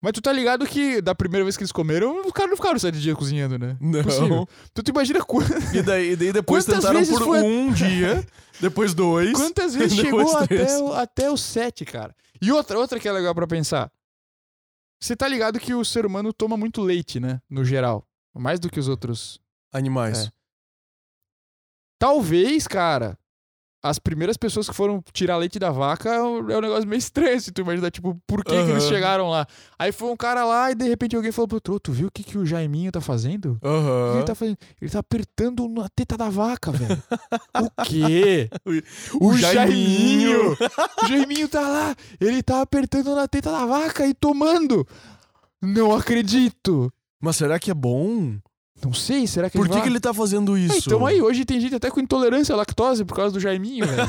Mas tu tá ligado que da primeira vez que eles comeram, os caras não ficaram sete dias cozinhando, né? Impossível.
Não.
Tu te imagina qu-
E daí, e daí depois
Quantas
tentaram
vezes
por
foi-
um dia, depois dois.
Quantas vezes
Depois
chegou
três.
até o, até o 7, cara? E outra, outra que é legal pra pensar. Você tá ligado que o ser humano toma muito leite, né? No geral. Mais do que os outros.
Animais.
É. Talvez, cara, as primeiras pessoas que foram tirar leite da vaca é um, é um negócio meio estranho, se tu imaginar, tipo, por que, que eles
Aham.
chegaram lá? Aí foi um cara lá e de repente alguém falou pro outro, "Ô, tu viu o que, que o Jaiminho tá fazendo? O que que
Aham.
ele tá fazendo? Ele tá apertando na teta da vaca, velho. o quê?
O, Jaiminho.
o Jaiminho tá lá, ele tá apertando na teta da vaca e tomando. Não acredito.
Mas será que é bom?
Não sei, será que
Por que,
vai-
que ele tá fazendo
É,
isso?
então aí, hoje tem gente até com intolerância à lactose por causa do Jaiminho, velho.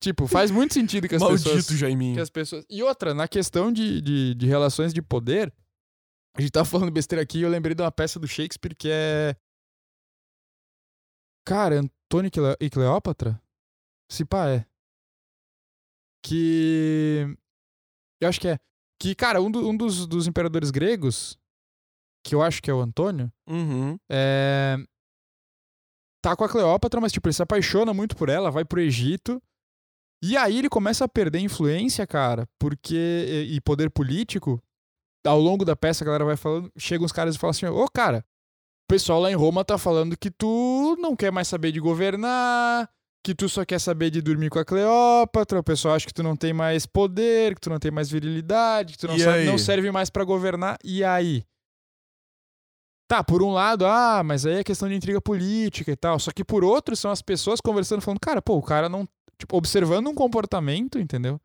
tipo, faz muito sentido que as
Maldito
pessoas... que
Jaiminho.
as pessoas... E outra, na questão de, de, de relações de poder, a gente tá falando besteira aqui e eu lembrei de uma peça do Shakespeare que é... Cara, é Antônio e Cle- e Cleópatra? Se pá, é. Que... Eu acho que é. Que, cara, um, do- um dos, dos imperadores gregos, que eu acho que é o Antônio,
Uhum.
é, tá com a Cleópatra, mas tipo, ele se apaixona muito por ela, vai pro Egito. E aí ele começa a perder influência, cara, porque e e poder político. Ao longo da peça, a galera vai falando, chegam os caras e falam assim: "Ô, cara, o pessoal lá em Roma tá falando que tu não quer mais saber de governar, que tu só quer saber de dormir com a Cleópatra, o pessoal acha que tu não tem mais poder, que tu não tem mais virilidade, que tu não,
E
sabe- não
aí?
serve mais pra governar. E aí? Tá, por um lado, ah, mas aí é questão de intriga política e tal. Só que por outro, são as pessoas conversando, falando, cara, pô, o cara não. Tipo, observando um comportamento, entendeu?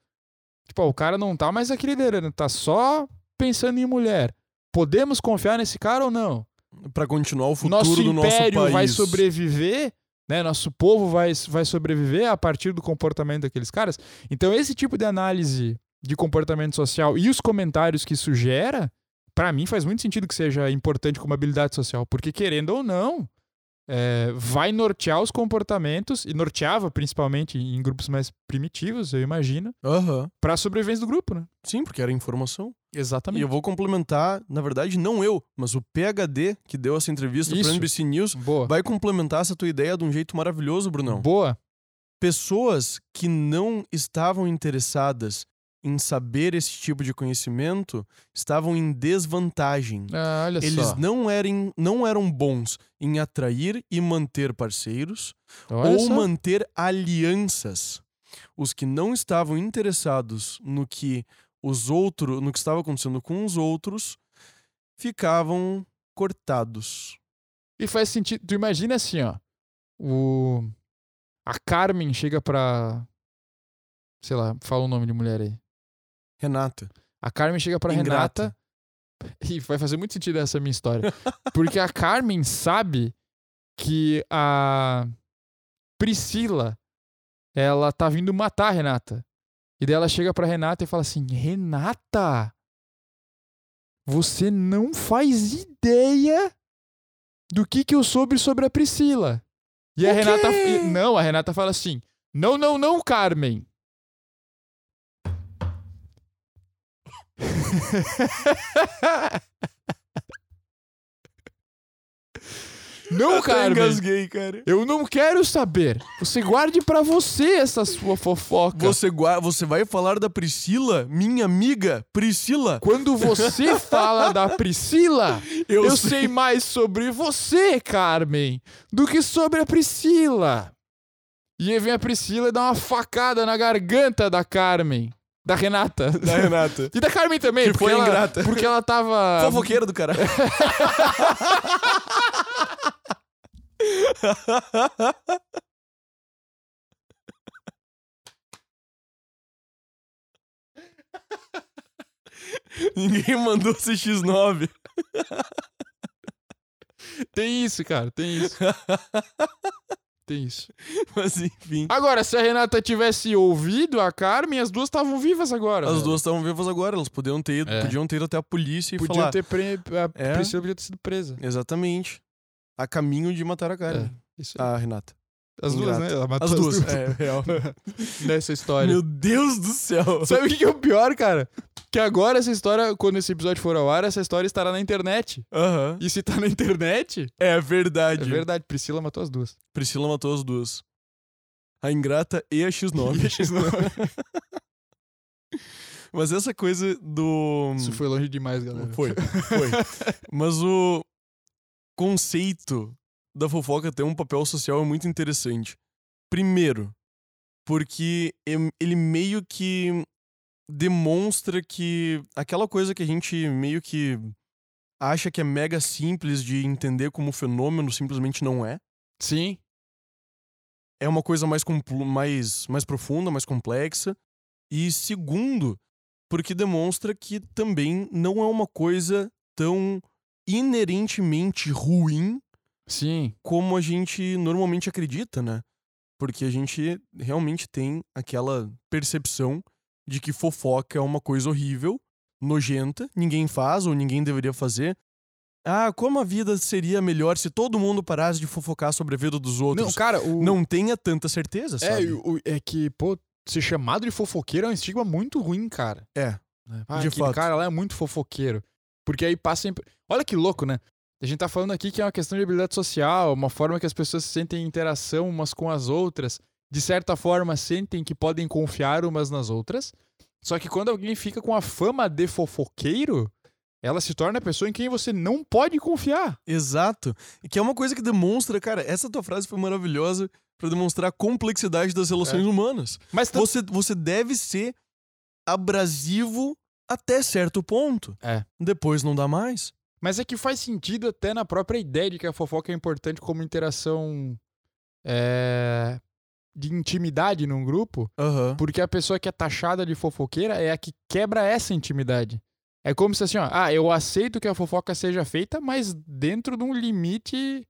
Tipo, ó, o cara não tá mais aqui liderando, tá só pensando em mulher. Podemos confiar nesse cara ou não?
Pra continuar o futuro
nosso
do nosso
império
país.
vai sobreviver, né? Nosso povo vai, vai sobreviver a partir do comportamento daqueles caras. Então, esse tipo de análise de comportamento social e os comentários que isso gera, pra mim faz muito sentido que seja importante como habilidade social, porque querendo ou não, é, vai nortear os comportamentos, e norteava principalmente em grupos mais primitivos, eu imagino,
Aham.
pra sobrevivência do grupo, né?
Sim, porque era informação. E
Exatamente.
eu vou complementar, na verdade, não eu, mas o PHD que deu essa entrevista
Isso.
pro NBC News
Boa.
vai complementar essa tua ideia de um jeito maravilhoso, Brunão.
Boa.
pessoas que não estavam interessadas em saber esse tipo de conhecimento estavam em desvantagem.
Ah, olha
Eles
só.
não eram, não eram bons em atrair e manter parceiros
Olha
ou
só.
manter alianças. Os que não estavam interessados no que os outros, no que estava acontecendo com os outros, ficavam cortados.
E faz sentido. Tu imagina assim, ó. O... A Carmen chega pra. Sei lá, fala o nome de mulher aí.
Renata.
A Carmen chega pra
Ingrata.
Renata. E vai fazer muito sentido essa minha história. Porque a Carmen sabe que a Priscila ela tá vindo matar a Renata. E daí ela chega pra Renata e fala assim: Renata, você não faz ideia do que, que eu soube sobre a Priscila. E a
O quê?
Renata. e- Não, a Renata fala assim: Não, não, não, Carmen. Não, Carmen.
engasguei, cara.
Eu não quero saber. Você guarde pra você essa sua fofoca.
Você, gua- você vai falar da Priscila, minha amiga Priscila?
Quando você fala da Priscila, eu,
Eu
sei mais sobre você, Carmen, do que sobre a Priscila. E aí vem a Priscila e dá uma facada na garganta da Carmen. Da Renata.
Da Renata.
E da Carmen também,
Que
porque
foi
ela,
ingrata.
Porque ela tava.
Fofoqueira do caralho. Ninguém mandou CX9.
Tem isso, cara, tem isso. tem isso.
Mas enfim.
Agora, se a Renata tivesse ouvido a Carmen, as duas estavam vivas agora. né?
As
Ah, velho.
duas estavam vivas agora, elas podiam ter ido,
É.
podiam ter ido até a polícia e
podiam
falar.
ter. Pre... A
É.
Priscila podia ter sido presa.
Exatamente. A caminho de matar a Karen.
Isso aí.
A Renata.
as duas,
Tá, ingrata.
né? Ela matou
As duas. É, real.
Nessa história.
Meu Deus do céu.
Sabe o que que é o pior, cara? Que agora essa história, quando esse episódio for ao ar, essa história estará na internet.
Aham.
E se tá na internet,
É
é
verdade.
verdade, Priscila matou as duas.
Priscila matou as duas. A ingrata e a X9.
E a X9.
Mas essa coisa do.
Isso foi longe demais, galera.
Foi, foi. Mas o conceito da fofoca ter um papel social é muito interessante. Primeiro, porque em- ele meio que demonstra que aquela coisa que a gente meio que acha que é mega simples de entender como fenômeno simplesmente não é.
Sim.
é uma coisa mais, compl- mais, mais profunda, mais complexa. E segundo, porque demonstra que também não é uma coisa tão inerentemente ruim
Sim.
como a gente normalmente acredita, né? Porque a gente realmente tem aquela percepção de que fofoca é uma coisa horrível, nojenta, ninguém faz ou ninguém deveria fazer. Ah, como a vida seria melhor se todo mundo parasse de fofocar sobre a vida dos outros?
Não, cara, o.
não tenha tanta certeza,
Tipo, é,
sabe?
o- é que, pô, ser chamado de fofoqueiro é um estigma muito ruim, cara.
É.
Né? Ah,
De
aquele
fato.
cara lá é muito fofoqueiro. Porque aí passa. em- Olha que louco, né? A gente tá falando aqui que é uma questão de habilidade social, uma forma que as pessoas sentem interação umas com as outras. De certa forma, sentem que podem confiar umas nas outras. Só que quando alguém fica com a fama de fofoqueiro, ela se torna a pessoa em quem você não pode confiar.
Exato. E que é uma coisa que demonstra, cara, essa tua frase foi maravilhosa pra demonstrar a complexidade das
É.
relações humanas.
Mas tam-
Você, você deve ser abrasivo até certo ponto.
É.
Depois não dá mais.
Mas é que faz sentido até na própria ideia de que a fofoca é importante como interação é, de intimidade num grupo,
Aham.
porque a pessoa que é taxada de fofoqueira é a que quebra essa intimidade. É como se assim, ó, ah, eu aceito que a fofoca seja feita, mas dentro de um limite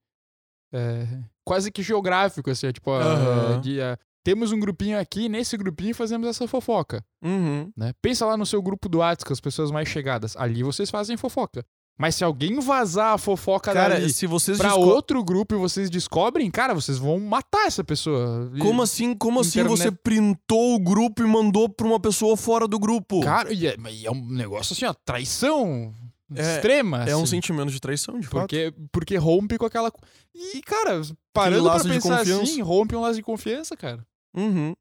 é, quase que geográfico, assim, é tipo, ó,
Aham.
é, de, é, temos um grupinho aqui, nesse grupinho fazemos essa fofoca
Uhum.
né? Pensa lá no seu grupo do WhatsApp com as pessoas mais chegadas. Ali vocês fazem fofoca. Mas se alguém vazar a fofoca
Cara,
dali
se vocês
pra
desco-
outro grupo e vocês descobrem, cara, vocês vão matar essa pessoa. E-
Como assim, como assim
Internet-
você printou o grupo e mandou pra uma pessoa fora do grupo?
Cara, e é, mas é um negócio assim, ó, traição
É-
extrema.
é um
assim,
sentimento de traição, de fato.
porque, porque rompe com aquela. co- E, cara, parando pra
laço de
pensar
confiança.
assim, rompe um laço de confiança, cara.
Uhum.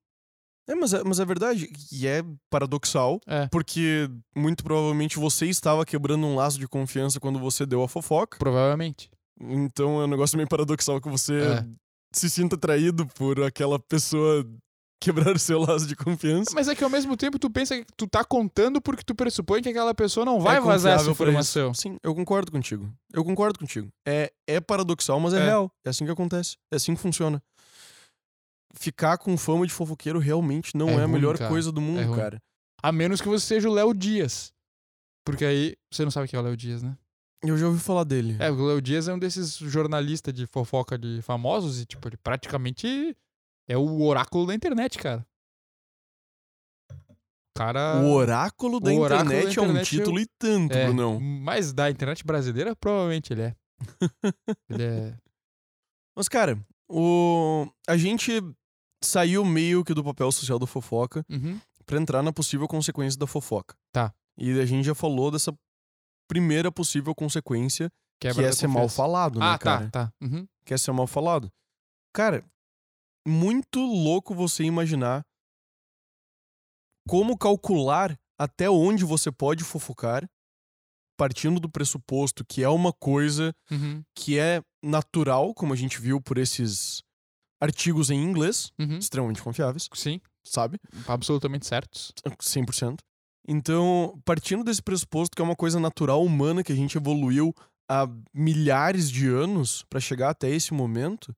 É, mas é, mas é verdade. E é paradoxal,
É.
porque muito provavelmente você estava quebrando um laço de confiança quando você deu a fofoca.
Provavelmente.
Então é um negócio meio paradoxal que você
É.
se sinta traído por aquela pessoa quebrar o seu laço de confiança.
Mas é que ao mesmo tempo tu pensa que tu tá contando porque tu pressupõe que aquela pessoa não vai
É
vazar essa
confiável pra isso.
informação.
Sim, eu concordo contigo. Eu concordo contigo. É, é paradoxal, mas é,
É.
real. É assim que acontece. É assim que funciona. Ficar com fama de fofoqueiro realmente não
É
é, a
ruim,
melhor
cara.
coisa do mundo,
ruim.
cara.
A menos que você seja o Léo Dias. Porque aí, você não sabe quem é o Léo Dias, né?
Eu já ouvi falar dele.
É, o Léo Dias é um desses jornalistas de fofoca de famosos e, tipo, ele praticamente é o oráculo da internet, cara. O Cara.
O oráculo da
Ah, O oráculo da
internet é um
internet é o-
título e tanto,
é,
Brunão.
Mas da internet brasileira, provavelmente ele é. ele é.
Mas, cara, o... a gente saiu meio que do papel social da fofoca
Uhum.
pra entrar na possível consequência da fofoca.
Tá.
E a gente já falou dessa primeira possível consequência,
Quebra
que é
da
ser mal
confiança.
falado, né,
Ah,
cara?
tá, tá. Uhum.
Quer ser mal falado. Cara, muito louco você imaginar como calcular até onde você pode fofocar, partindo do pressuposto que é uma coisa
Uhum.
que é natural, como a gente viu por esses artigos em inglês,
Uhum.
extremamente confiáveis,
Sim,
sabe?
Absolutamente certos.
100%. Então, partindo desse pressuposto que é uma coisa natural humana que a gente evoluiu há milhares de anos para chegar até esse momento,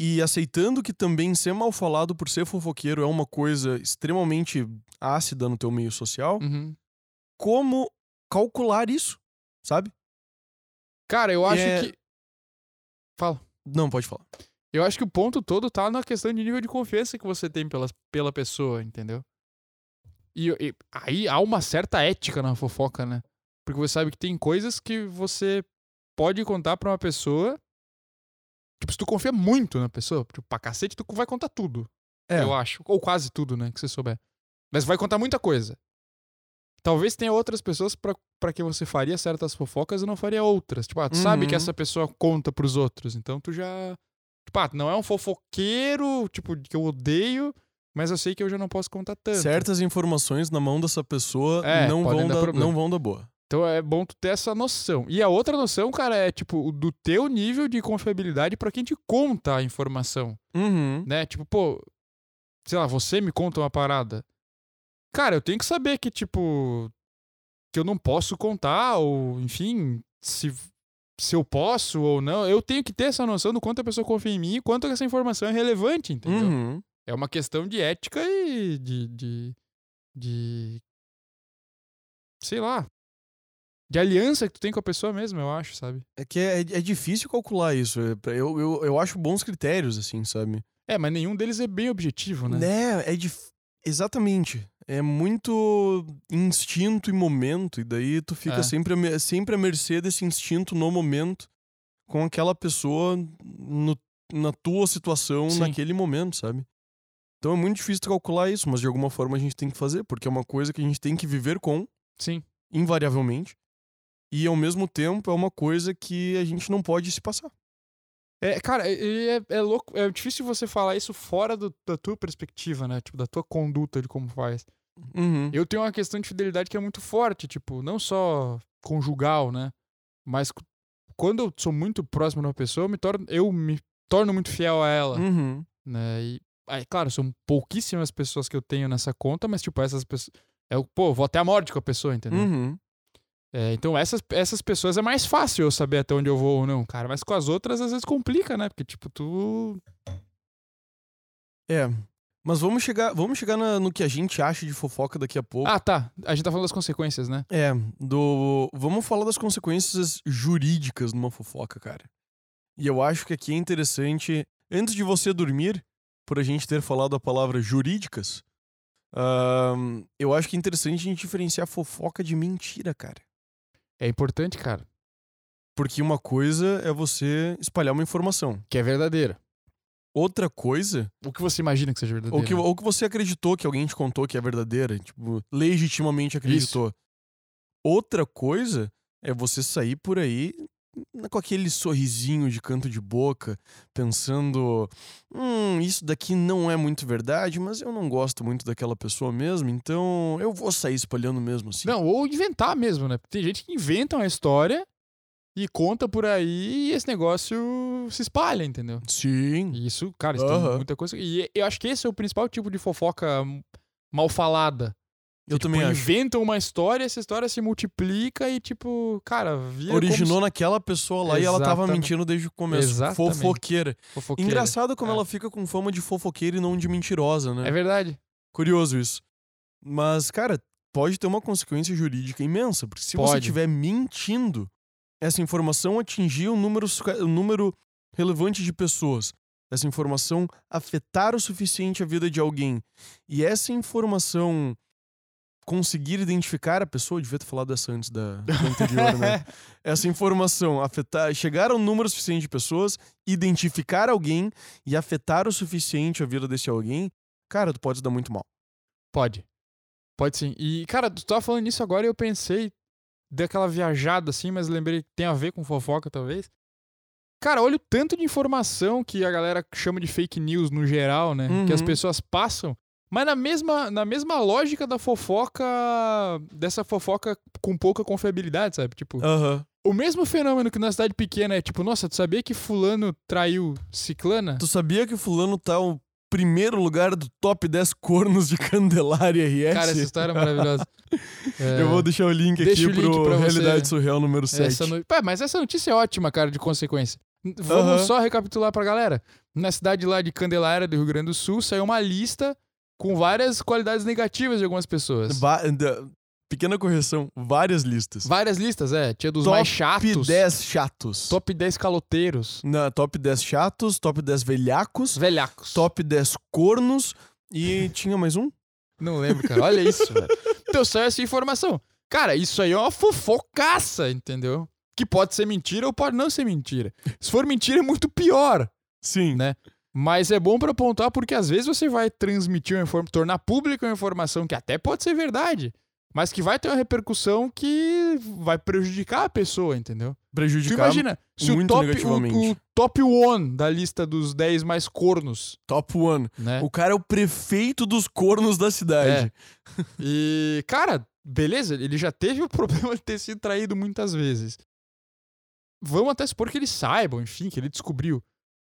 e aceitando que também ser mal falado por ser fofoqueiro é uma coisa extremamente ácida no teu meio social,
Uhum.
como calcular isso, sabe?
Cara, eu acho
é-
que. Fala.
Não, pode falar.
Eu acho que o ponto todo tá na questão de nível de confiança que você tem pela, pela pessoa, entendeu? E, e aí há uma certa ética na fofoca, né? Porque você sabe que tem coisas que você pode contar pra uma pessoa. Tipo, se tu confia muito na pessoa, tipo, pra cacete, tu vai contar tudo.
É.
Eu acho. Ou quase tudo, né? Que você souber. Mas vai contar muita coisa. Talvez tenha outras pessoas pra pra que você faria certas fofocas e não faria outras. Tipo, ah, tu sabe que
Uhum.
essa pessoa conta pros outros. Então tu já. Tipo, ah, não é um fofoqueiro, tipo, que eu odeio, mas eu sei que eu já não posso contar tanto.
Certas informações na mão dessa pessoa
É,
não,
podem
vão
dar
da,
problema.
não vão da boa.
Então é bom tu ter essa noção. E a outra noção, cara, é tipo, o do teu nível de confiabilidade pra quem te conta a informação.
Uhum.
né? Tipo, pô, sei lá, você me conta uma parada. Cara, eu tenho que saber que, tipo, que eu não posso contar, ou, enfim, se, se eu posso ou não. Eu tenho que ter essa noção do quanto a pessoa confia em mim e quanto essa informação é relevante, entendeu?
Uhum.
É uma questão de ética e de. de, de- sei lá. De aliança que tu tem com a pessoa mesmo, eu acho, sabe?
É que é, é difícil calcular isso. é pra- Eu, eu, eu acho bons critérios, assim, sabe?
É, mas nenhum deles é bem objetivo, né?
Né? É dif... Exatamente. É muito instinto e momento, e daí tu fica
É.
sempre, à me- sempre à mercê desse instinto no momento com aquela pessoa no, na tua situação
Sim.
naquele momento, sabe? Então é muito difícil tu calcular isso, mas de alguma forma a gente tem que fazer, porque é uma coisa que a gente tem que viver com,
Sim.
invariavelmente, e ao mesmo tempo é uma coisa que a gente não pode se passar.
É, cara, e é, é louco, é difícil você falar isso fora do- da tua perspectiva, né? Tipo, da tua conduta de como faz.
Uhum.
Eu tenho uma questão de fidelidade que é muito forte, tipo, não só conjugal, né? Mas cu- quando eu sou muito próximo de uma pessoa, eu me torno, eu me torno muito fiel a ela,
Uhum.
né? E, aí, claro, são pouquíssimas pessoas que eu tenho nessa conta, mas, tipo, essas pessoas. Eu, pô, vou até a morte com a pessoa, entendeu?
Uhum.
É, então essas, essas pessoas é mais fácil eu saber até onde eu vou ou não, cara. Mas com as outras às vezes complica, né? Porque, tipo, tu
É. Mas vamos chegar, vamos chegar na- no que a gente acha de fofoca daqui a pouco.
Ah, tá. A gente tá falando das consequências, né?
É, do. Vamos falar das consequências jurídicas numa fofoca, cara. E eu acho que aqui é interessante, antes de você dormir, por a gente ter falado a palavra jurídicas, ahn, eu acho que é interessante a gente diferenciar fofoca de mentira, cara.
É importante, cara.
Porque uma coisa é você espalhar uma informação.
Que é verdadeira.
Outra coisa
O que você imagina que seja verdadeira. né?
Ou que, ou que você acreditou que alguém te contou que é verdadeira, tipo, legitimamente acreditou. Outra coisa é você sair por aí hum, com aquele sorrisinho de canto de boca, pensando: hum, isso daqui não é muito verdade, mas eu não gosto muito daquela pessoa mesmo, então eu vou sair espalhando mesmo assim.
Não, ou inventar mesmo, né? Porque Tem gente que inventa uma história e conta por aí e esse negócio se espalha, entendeu?
Sim.
E isso, cara, isso tem
Aham.
muita coisa. E eu acho que esse é o principal tipo de fofoca hum, mal falada.
Eu
Que, tipo,
também acho.
Inventam uma história, essa história se multiplica e, tipo, cara, vira.
Originou
como
naquela pessoa lá e ela tava
Exatamente.
mentindo desde o começo.
Exatamente.
Fofoqueira.
se fofoqueira.
Engraçado como
É.
ela fica com fama de fofoqueira e não de mentirosa, né?
É verdade.
Curioso isso. Mas, cara, pode ter uma consequência jurídica imensa, porque se você
Pode.
estiver mentindo, essa informação atingir um número, suca- um número relevante de pessoas, essa informação afetar o suficiente a vida de alguém, e essa informação conseguir identificar a pessoa, eu devia ter falado dessa antes da, da anterior, né? Essa informação afetar, chegar ao número suficiente de pessoas, identificar alguém e afetar o suficiente a vida desse alguém, cara, tu pode dar muito mal.
Pode. Pode sim. E, cara, tu tava falando nisso agora e eu pensei, dei aquela viajada assim, mas lembrei que tem a ver com fofoca, talvez. Cara, olha o tanto de informação que a galera chama de fake news no geral, né? Que as
Uhum.
pessoas passam. Mas na mesma, na mesma lógica da fofoca. dessa fofoca com pouca confiabilidade, sabe? Tipo,
Aham.
o mesmo fenômeno que na cidade pequena é tipo, nossa, tu sabia que Fulano traiu Ciclana?
Tu sabia que o fulano tal primeiro lugar do top 10 cornos de Candelária RS.
Cara, essa história é maravilhosa. É,
Eu vou deixar o link
Deixa o
aqui
link
pro
pra você.
Realidade Surreal número 7.
essa é no- Pá, Mas essa notícia é ótima, cara, de consequência. N- Vamos
Aham.
só recapitular pra galera. Na cidade lá de Candelária, do Rio Grande do Sul, saiu uma lista com várias qualidades negativas de algumas pessoas.
Va- da- Pequena correção, várias listas.
Várias listas, é. Tinha dos
Top
mais chatos.
Top 10 chatos.
Top 10 caloteiros.
Na, top 10 chatos, top 10 velhacos,
Velhacos.
top 10 cornos e tinha mais um?
Não lembro, cara. Olha isso, velho. Então saiu essa informação. Cara, isso aí é uma fofocaça, entendeu? Que pode ser mentira ou pode não ser mentira. Se for mentira, é muito pior.
Sim.
Né? Mas é bom pra apontar porque às vezes você vai transmitir uma informação, tornar pública uma informação que até pode ser verdade, mas que vai ter uma repercussão que vai prejudicar a pessoa, entendeu? Tu
Prejudicar
imagina, se o
muito
top, o, o
negativamente.
top one da lista dos 10 mais cornos,
top 1.
né?
O cara é o prefeito dos cornos da cidade.
É. E, cara, beleza, ele já teve o problema de ter sido traído muitas vezes. Vamos até supor que ele saibam, enfim, que ele descobriu.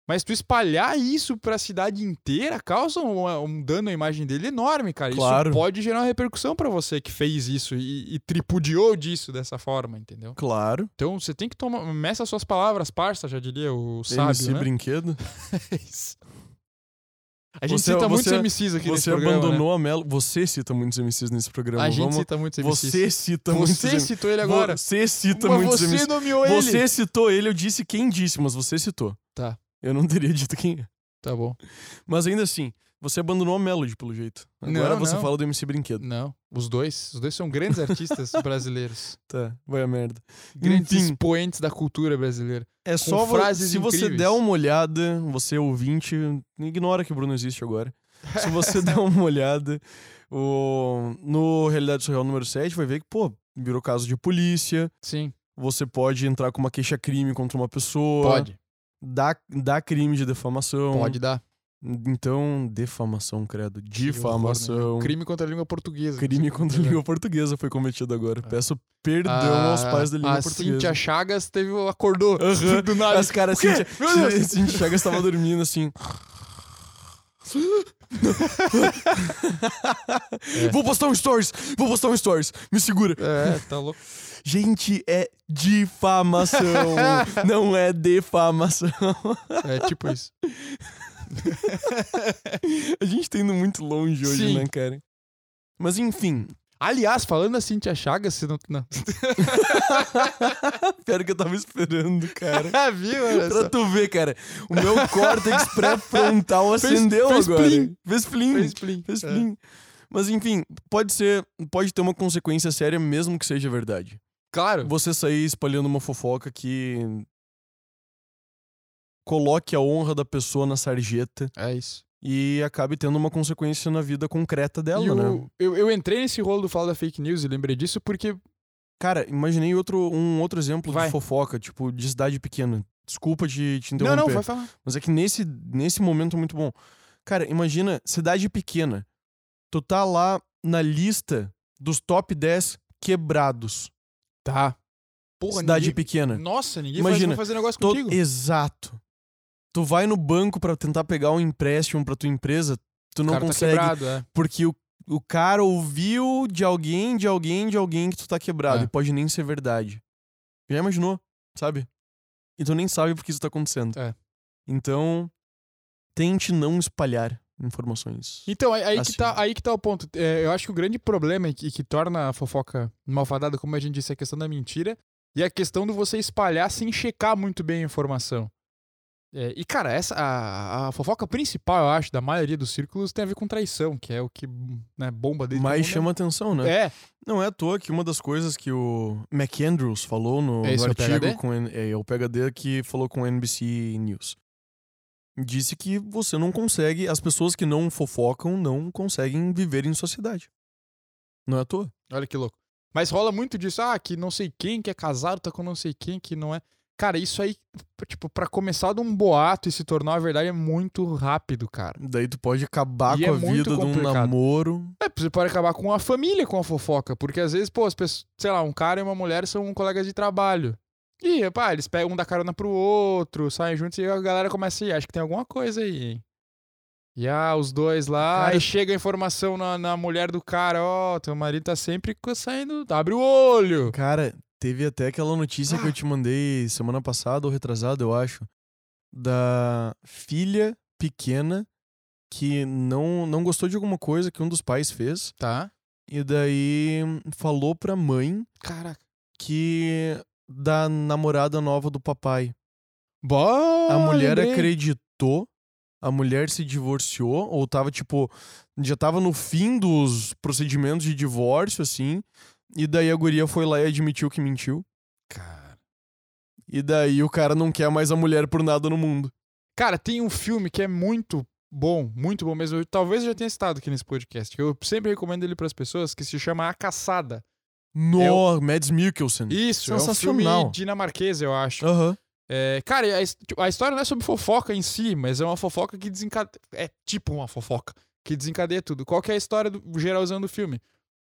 Mas tu espalhar isso pra cidade inteira causa um, um dano à imagem dele enorme, cara.
Claro.
Isso pode gerar uma repercussão pra você que fez isso e, e tripudiou disso dessa forma, entendeu?
Claro.
Então você tem que tomar. Meça suas palavras, parça, já diria o sábio.
MC
Né? É
Brinquedo.
A gente
Você-
cita muitos
você-
MCs aqui nesse
Você
programa. né?
abandonou a Melo. Você cita muitos MCs nesse programa.
A gente
Vamos...
cita muitos MCs.
Você cita muitos
Você
MCs.
citou ele agora.
Você cita
Mas
muitos
você
MCs.
nomeou
Você
ele.
citou ele, eu disse quem disse, mas você citou.
Tá.
Eu não teria dito quem é.
Tá bom.
Mas ainda assim, você abandonou a Melody, pelo jeito. Agora
Não,
você
não.
fala do MC Brinquedo.
Não, os dois. Os dois são grandes artistas brasileiros.
Tá, vai a merda.
Grandes
Enfim.
expoentes da cultura brasileira.
É só vo-
frases
se você
incríveis.
der uma olhada, você ouvinte, ignora que o Bruno existe agora. Se você der uma olhada o- no Realidade Surreal número 7, vai ver que, pô, virou caso de polícia,
Sim,
você pode entrar com uma queixa-crime contra uma pessoa.
pode.
Dá, dá crime de defamação.
Pode dar.
Então, defamação, credo.
Que horror,
Difamação.
né? Crime contra a língua portuguesa.
Crime contra a língua portuguesa foi cometido agora. Peço perdão aos pais da língua
Ah, a
portuguesa.
Cíntia Chagas teve, acordou
Aham.
do nada.
As caras
O quê?
Cintia,
Meu Deus!
Cintia Chagas estava dormindo assim.
É.
Vou postar um stories, vou postar um stories, me segura.
É, tá louco.
Gente, é difamação, não é defamação.
É tipo isso.
A gente tá indo muito longe hoje,
Sim.
né, cara? Mas enfim,
Aliás, falando da Cíntia Chagas, você não. não.
pior que eu tava esperando, cara.
Viu? Olha
Pra
só.
tu ver, cara, o meu córtex pré-frontal acendeu
fez
agora.
plim.
Fez plim.
Fez plim.
Fez
É.
plim. Mas enfim, pode ser, pode ter uma consequência séria mesmo que seja verdade.
Claro.
Você sair espalhando uma fofoca que coloque a honra da pessoa na sarjeta
É isso.
e acabe tendo uma consequência na vida concreta dela,
E o-
né?
eu, eu entrei nesse rolo do fala da fake news e lembrei disso porque
Cara, imaginei outro, um outro exemplo
Vai.
de fofoca, tipo, de cidade pequena. Desculpa te, te
não,
interromper.
não, vai falar.
Mas é que nesse, nesse momento é muito bom. Cara, imagina, cidade pequena. Tu tá lá na lista dos top 10 quebrados.
Tá. Porra,
cidade
ninguém...
pequena.
Nossa, ninguém
Imagina,
faz, vai fazer negócio
To-
contigo.
Exato. Tu vai no banco pra tentar pegar um empréstimo pra tua empresa, tu
O
não
cara tá
consegue.
quebrado, é.
porque o, o cara ouviu de alguém, de alguém, de alguém que tu tá quebrado.
É.
E pode nem ser verdade. Já imaginou, sabe? E tu nem sabe porque isso tá acontecendo.
É.
Então, tente não espalhar informações.
Então, aí, aí que
Assim.
tá, aí que tá o ponto. É, eu acho que o grande problema e que, que torna a fofoca malfadada, como a gente disse, é a questão da mentira e a questão do você espalhar sem checar muito bem a informação. É, e, cara, essa, a, a fofoca principal, eu acho, da maioria dos círculos tem a ver com traição, que é o que né, bomba desde
Mas
todo mundo.
chama atenção, né?
É,
Não é à toa que uma das coisas que o McAndrews falou no,
É esse
no
o PhD?
artigo com N- é, é o PHD que falou com o NBC News. Disse que você não consegue, as pessoas que não fofocam não conseguem viver em sociedade. Não é à toa.
Olha que louco. Mas rola muito disso, ah, que não sei quem que é casado, tá com não sei quem que não é. Cara, isso aí, tipo, pra começar de um boato e se tornar uma verdade é muito rápido, cara.
Daí tu pode acabar
E
com
é
a
muito
vida de um
complicado.
namoro.
É, você pode acabar com a família com a fofoca, porque às vezes, pô, as pessoas, sei lá, um cara e uma mulher são colegas de trabalho. E, pá, eles pegam um da carona pro outro, saem juntos e a galera começa a ir, acho que tem alguma coisa aí, hein? E ah, os dois lá,
Cara,
aí chega a informação na, na mulher do cara, ó, teu marido tá sempre co- saindo, abre o olho.
Cara, teve até aquela notícia que eu te mandei semana passada ou retrasada, eu acho, da filha pequena que não, não gostou de alguma coisa que um dos pais fez
Tá.
e daí falou pra mãe
Caraca.
que da namorada nova do papai.
Bom,
A mulher
lembrei.
acreditou, a mulher se divorciou, ou tava, tipo, já tava no fim dos procedimentos de divórcio, assim. E daí a guria foi lá e admitiu que mentiu.
Cara.
E daí o cara não quer mais a mulher por nada no mundo.
Cara, tem um filme que é muito bom, muito bom mesmo. Eu talvez eu já tenha citado aqui nesse podcast, que eu sempre recomendo ele pras pessoas, que se chama A Caçada.
No, Mads Mikkelsen.
Isso, é um
Hum. Sensacional.
filme dinamarquês, eu acho.
Aham.
É, cara, e a, his- tipo, a história não é sobre fofoca em si, mas é uma fofoca que desencadeia. É tipo uma fofoca que desencadeia tudo. Qual que é a história do geralzão do filme?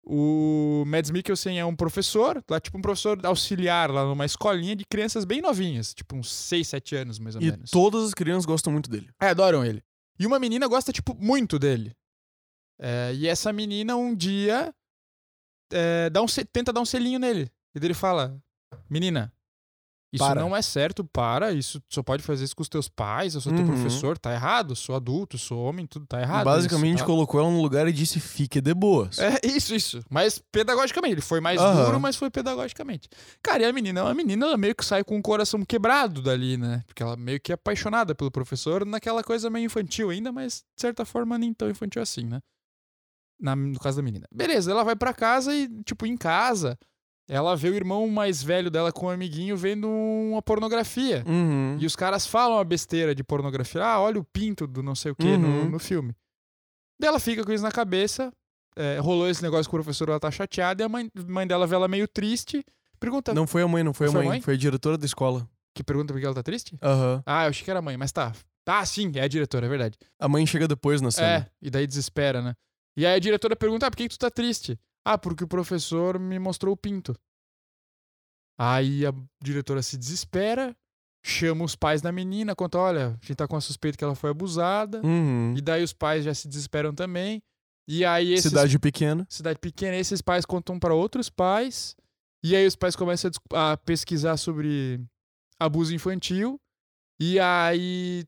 O Mads Mikkelsen é um professor, lá, tipo um professor auxiliar lá numa escolinha de crianças bem novinhas, tipo uns 6, 7 anos mais ou
E
menos.
todas as crianças gostam muito dele.
É, adoram ele. E uma menina gosta, tipo, muito dele. É, e essa menina um dia é, dá um, se- tenta dar um selinho nele. E daí ele fala: Menina, isso
Para.
não é certo, para. Isso tu só pode fazer isso com os teus pais. Eu sou teu
Uhum.
professor, tá errado. Sou adulto, sou homem, tudo tá errado.
Basicamente
isso, tá?"
colocou ela no lugar e disse, fique de boas.
É, isso, isso. Mas pedagogicamente. Ele foi mais
Aham.
duro, mas foi pedagogicamente. Cara, e a menina? A menina ela meio que sai com o coração quebrado dali, né? Porque ela meio que é apaixonada pelo professor naquela coisa meio infantil ainda, mas de certa forma nem tão infantil assim, né? Na- no caso da menina. Beleza, ela vai pra casa e, tipo, em casa, ela vê o irmão mais velho dela com um amiguinho vendo uma pornografia.
Uhum.
E os caras falam a besteira de pornografia. Ah, olha o pinto do não sei o que no,
Uhum.
no filme. Daí ela fica com isso na cabeça. é, rolou esse negócio com o professor, ela tá chateada. E a mãe, mãe dela vê ela meio triste. Pergunta.
Não foi a mãe, não foi,
Foi a
a
mãe?
mãe. Foi a diretora da escola.
Que pergunta porque ela tá triste?
Aham.
Ah, eu achei que era a mãe, mas tá. Ah, sim, é a diretora, é verdade.
A mãe chega depois na cena.
É, e daí desespera, né? E aí a diretora pergunta: ah, por que, que tu tá triste? Ah, porque o professor me mostrou o pinto. Aí a diretora se desespera, chama os pais da menina, conta: olha, a gente tá com a suspeita que ela foi abusada.
Uhum.
É. E daí os pais já se desesperam também. E aí esses
Cidade pequena.
cidade pequena, esses pais contam pra outros pais. E aí os pais começam a discu- a, pesquisar sobre abuso infantil. E aí,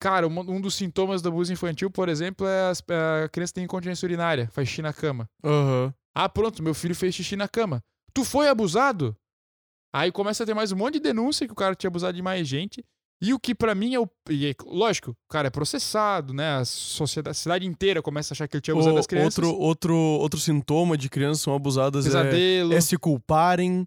cara, um, um dos sintomas do abuso infantil, por exemplo, é as- a criança tem incontinência urinária, faz xixi na cama.
Aham.
Ah, pronto, meu filho fez xixi na cama. Tu foi abusado? Aí começa a ter mais um monte de denúncia que o cara tinha abusado de mais gente. E o que pra mim é o. e é- lógico, o cara é processado, né? A sociedade, a cidade inteira começa a achar que ele tinha abusado
O-
das crianças.
Outro, outro, outro sintoma de crianças que são abusadas é,
pesadelo.
é se culparem.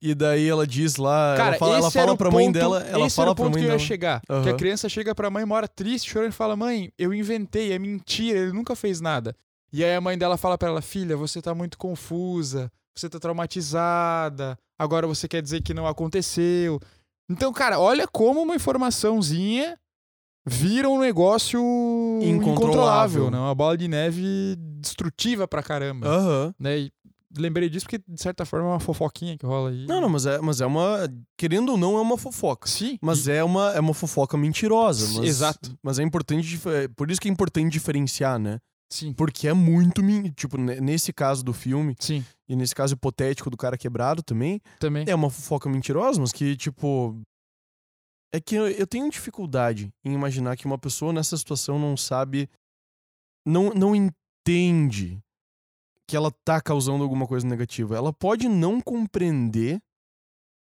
E daí ela diz lá,
Cara,
É, ela fala, ela
esse era
fala
o
pra
ponto,
mãe dela, ela
esse era
fala
o ponto
pra mãe
que eu
dela.
ia chegar. Que a
Aham.
criança chega pra mãe, mora triste, chorando e fala: "Mãe, eu inventei, é mentira, ele nunca fez nada". E aí a mãe dela fala pra ela: "Filha, você tá muito confusa, você tá traumatizada. Agora você quer dizer que não aconteceu". Então, cara, olha como uma informaçãozinha vira um negócio incontrolável,
Incontrolável.
né? Uma bola de neve destrutiva pra caramba,
Aham.
né? E lembrei disso porque de certa forma é uma fofoquinha que rola aí.
Não, não, mas é, mas é uma. Querendo ou não, é uma fofoca.
Sim. e-
Mas é uma, é uma fofoca mentirosa. Mas,
Exato.
Mas é importante. dif- é Por isso que é importante diferenciar, né?
Sim.
Porque é muito. men- Tipo, ne- nesse caso do filme,
Sim,
e nesse caso hipotético do cara quebrado também,
também.
É uma fofoca mentirosa, mas que, tipo. É que eu- eu tenho dificuldade em imaginar que uma pessoa nessa situação não sabe. Não, não entende que ela tá causando alguma coisa negativa. Ela pode não compreender.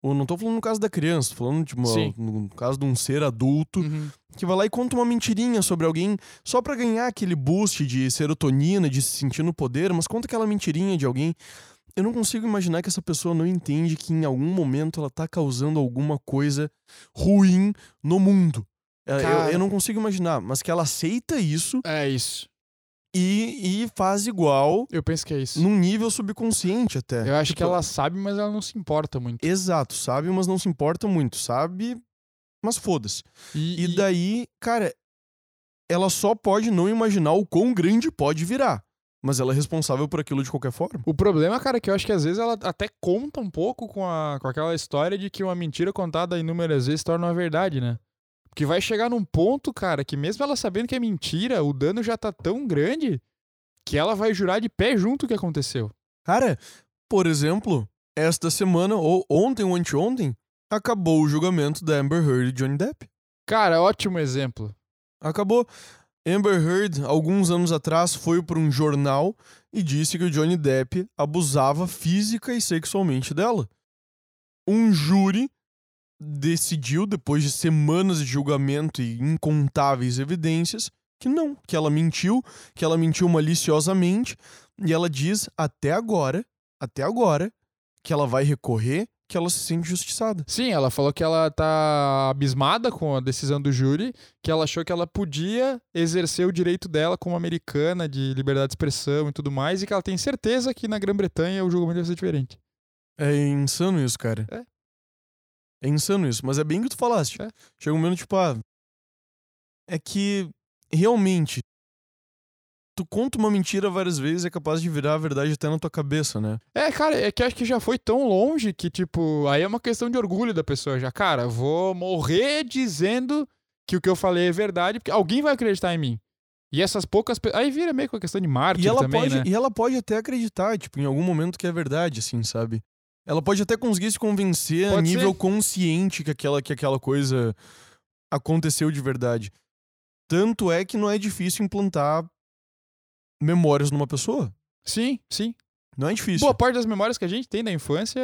Ou não tô falando no caso da criança, tô falando tipo,
Sim.
no caso de um ser adulto
Uhum.
que vai lá e conta uma mentirinha sobre alguém só pra ganhar aquele boost de serotonina, de se sentir no poder, mas conta aquela mentirinha de alguém. Eu não consigo imaginar que essa pessoa não entende que em algum momento ela tá causando alguma coisa ruim no mundo. É,
Cara.
Eu, eu não consigo imaginar, mas que ela aceita isso
É isso.
e, e faz igual
Eu penso que é isso.
num nível subconsciente até.
Eu acho que
Tipo,
ela sabe, mas ela não se importa muito.
Exato, sabe, mas não se importa muito, sabe? Mas foda-se.
E,
E daí, cara, ela só pode não imaginar o quão grande pode virar. Mas ela é responsável por aquilo de qualquer forma.
o problema, cara, é que eu acho que às vezes ela até conta um pouco com, a, com aquela história de que uma mentira contada inúmeras vezes torna uma verdade, né? Porque vai chegar num ponto, cara, que mesmo ela sabendo que é mentira, o dano já tá tão grande que ela vai jurar de pé junto o que aconteceu.
Cara, por exemplo, esta semana, ou ontem ou anteontem, acabou o julgamento da Amber Heard e Johnny Depp.
Cara, ótimo exemplo.
Acabou. Amber Heard, alguns anos atrás, foi para um jornal e disse que o Johnny Depp abusava física e sexualmente dela. Um júri decidiu, depois de semanas de julgamento e incontáveis evidências, que não, que ela mentiu, que ela mentiu maliciosamente, e ela diz até agora, até agora, que ela vai recorrer, que ela se sente justiçada.
Sim, ela falou que ela tá abismada com a decisão do júri, que ela achou que ela podia exercer o direito dela como americana de liberdade de expressão e tudo mais, e que ela tem certeza que na Grã-Bretanha o julgamento vai ser diferente.
É insano isso, cara.
É.
É insano isso, mas é bem o que tu falaste.
É.
Chega um momento, tipo, ah. É que realmente. Tu conta uma mentira várias vezes e é capaz de virar a verdade até na tua cabeça, né?
É, cara, é que acho que já foi tão longe que, tipo, aí é uma questão de orgulho da pessoa já. Cara, vou morrer dizendo que o que eu falei é verdade, porque alguém vai acreditar em mim. E essas poucas pe- Aí vira meio com a questão de marketing
E ela,
também,
pode,
né?
e ela pode até acreditar, tipo, em algum momento que é verdade, assim, sabe? Ela pode até conseguir se convencer a
Pode ser.
nível consciente que aquela, que aquela coisa aconteceu de verdade. Tanto é que não é difícil implantar memórias numa pessoa.
Sim, sim.
Não é difícil.
Boa parte das memórias que a gente tem da infância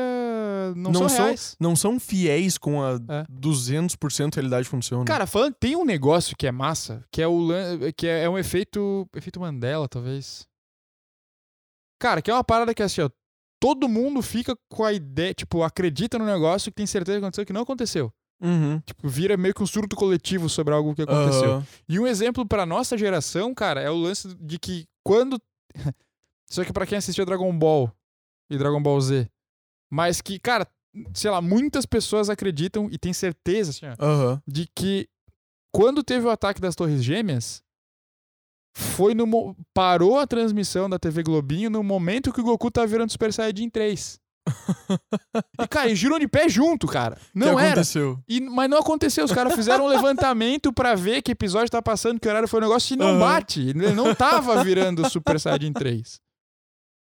não,
Não
são
são-
reais.
Não são fiéis com a
É.
200% realidade funciona.
Cara, falando, tem um negócio que é massa, que é o lan- que é, é um efeito, efeito Mandela, talvez. Cara, que é uma parada que assim, ó, todo mundo fica com a ideia, tipo, acredita no negócio que tem certeza que aconteceu que não aconteceu.
Uhum.
Tipo, vira meio que um surto coletivo sobre algo que aconteceu.
Aham.
E um exemplo pra nossa geração, cara, é o lance de que quando Só que pra quem assistiu Dragon Ball e Dragon Ball Z, mas que, cara, sei lá, muitas pessoas acreditam e têm certeza, assim, ó,
Aham.
de que quando teve o ataque das Torres Gêmeas, foi no mo- parou a transmissão da TV Globinho no momento que o Goku tá virando Super Saiyajin 3. e, cara, eles giram de pé junto, cara. Não
que
era.
aconteceu?
E- mas não aconteceu. Os caras fizeram um levantamento pra ver que episódio tá passando, que horário foi o negócio, e não
Aham.
bate. Ele não tava virando Super Saiyajin 3.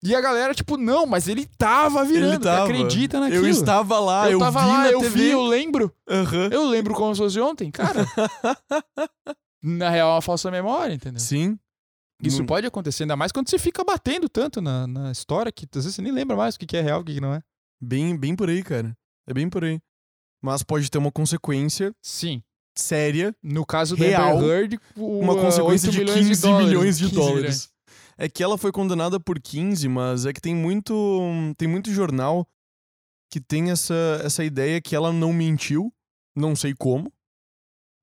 E a galera, tipo, não, mas ele tava virando.
Ele tava.
Acredita naquilo.
Eu estava lá, eu,
eu tava
vi
lá,
na
eu
TV.
vi, eu lembro.
Aham.
Eu lembro como se fosse ontem, cara. Na real, é uma falsa memória, entendeu?
Sim.
Isso
Não-
pode acontecer, ainda mais quando você fica batendo tanto na, na história que às vezes você nem lembra mais o que que é real e o que que não é.
Bem, bem por aí, cara. É bem por aí. Mas pode ter uma consequência
Sim.
séria,
No caso do
Real,
Amber Heard, o-
uma
a-
consequência
8
de
milhões
15
de dólares.
milhões de
15
dólares.
milhões.
É que ela foi condenada por 15, mas é que tem muito, tem muito jornal que tem essa, essa ideia que ela não mentiu, não sei como,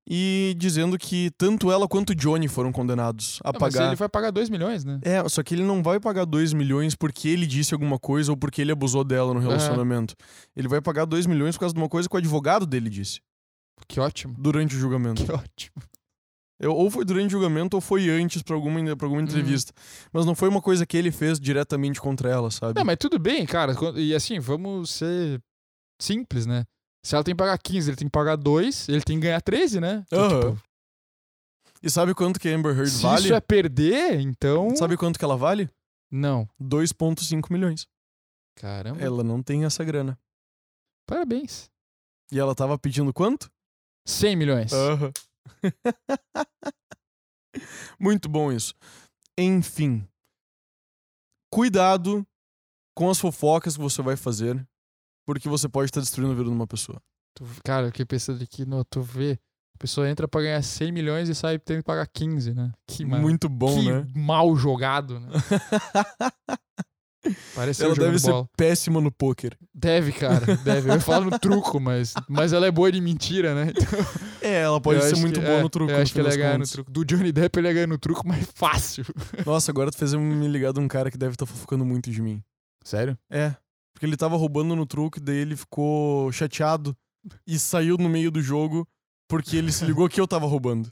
e dizendo que tanto ela quanto o Johnny foram condenados a
Não, mas
pagar.
ele vai pagar 2 milhões, né?
É, só que ele não vai pagar 2 milhões porque ele disse alguma coisa ou porque ele abusou dela no relacionamento. Ele vai pagar 2 milhões por causa de uma coisa que o advogado dele disse
Que ótimo.
durante o julgamento.
Que ótimo.
Eu- ou foi durante o julgamento ou foi antes pra alguma, pra alguma
Uhum.
entrevista. Mas não foi uma coisa que ele fez diretamente contra ela, sabe?
Não, mas tudo bem, cara. Quando- E assim, vamos ser simples, né? Se ela tem que pagar 15, ele tem que pagar 2, ele tem que ganhar 13, né? Então,
Aham.
tipo,
E sabe quanto que a Amber Heard
Se
vale?
isso é perder, então.
Sabe quanto que ela vale?
Não.
2,5 milhões.
Caramba.
Ela não tem essa grana.
Parabéns.
E ela tava pedindo quanto?
100 milhões.
Aham. Muito bom isso. Enfim. Cuidado com as fofocas que você vai fazer, porque você pode estar destruindo a vida de uma pessoa.
Tu- cara, eu fiquei pensando aqui, no, tu vê. A pessoa entra pra ganhar 100 milhões e sai tendo que pagar 15, né? Que mar-
Muito bom,
que
né?
mal jogado, né? Parece um
Ela
jogo
deve
de
ser
bola.
péssima no poker.
Deve, cara. Deve. Eu ia falar no truco, mas, mas ela é boa de mentira, né? Então,
É, ela pode
eu
ser
acho
muito
que-
boa
é,
no truco.
Eu acho que
no
ela
fim
ia
das
ganhar no
contas.
truco. Do Johnny Depp, ele ia ganhar no truco, mas é fácil.
Nossa, agora tu fez eu me ligar de um cara que deve estar fofocando muito de mim.
Sério?
É. Porque ele tava roubando no truque, daí ele ficou chateado e saiu no meio do jogo porque ele se ligou que eu tava roubando.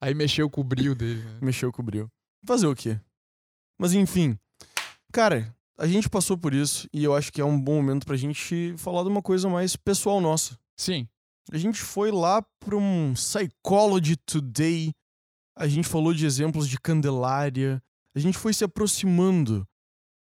Aí mexeu com o brilho dele, né?
Mexeu com o bril. Fazer o quê? Mas enfim. Cara, a gente passou por isso e eu acho que é um bom momento pra gente falar de uma coisa mais pessoal nossa.
Sim.
A gente foi lá para um Psychology Today. A gente falou de exemplos de Candelária. A gente foi se aproximando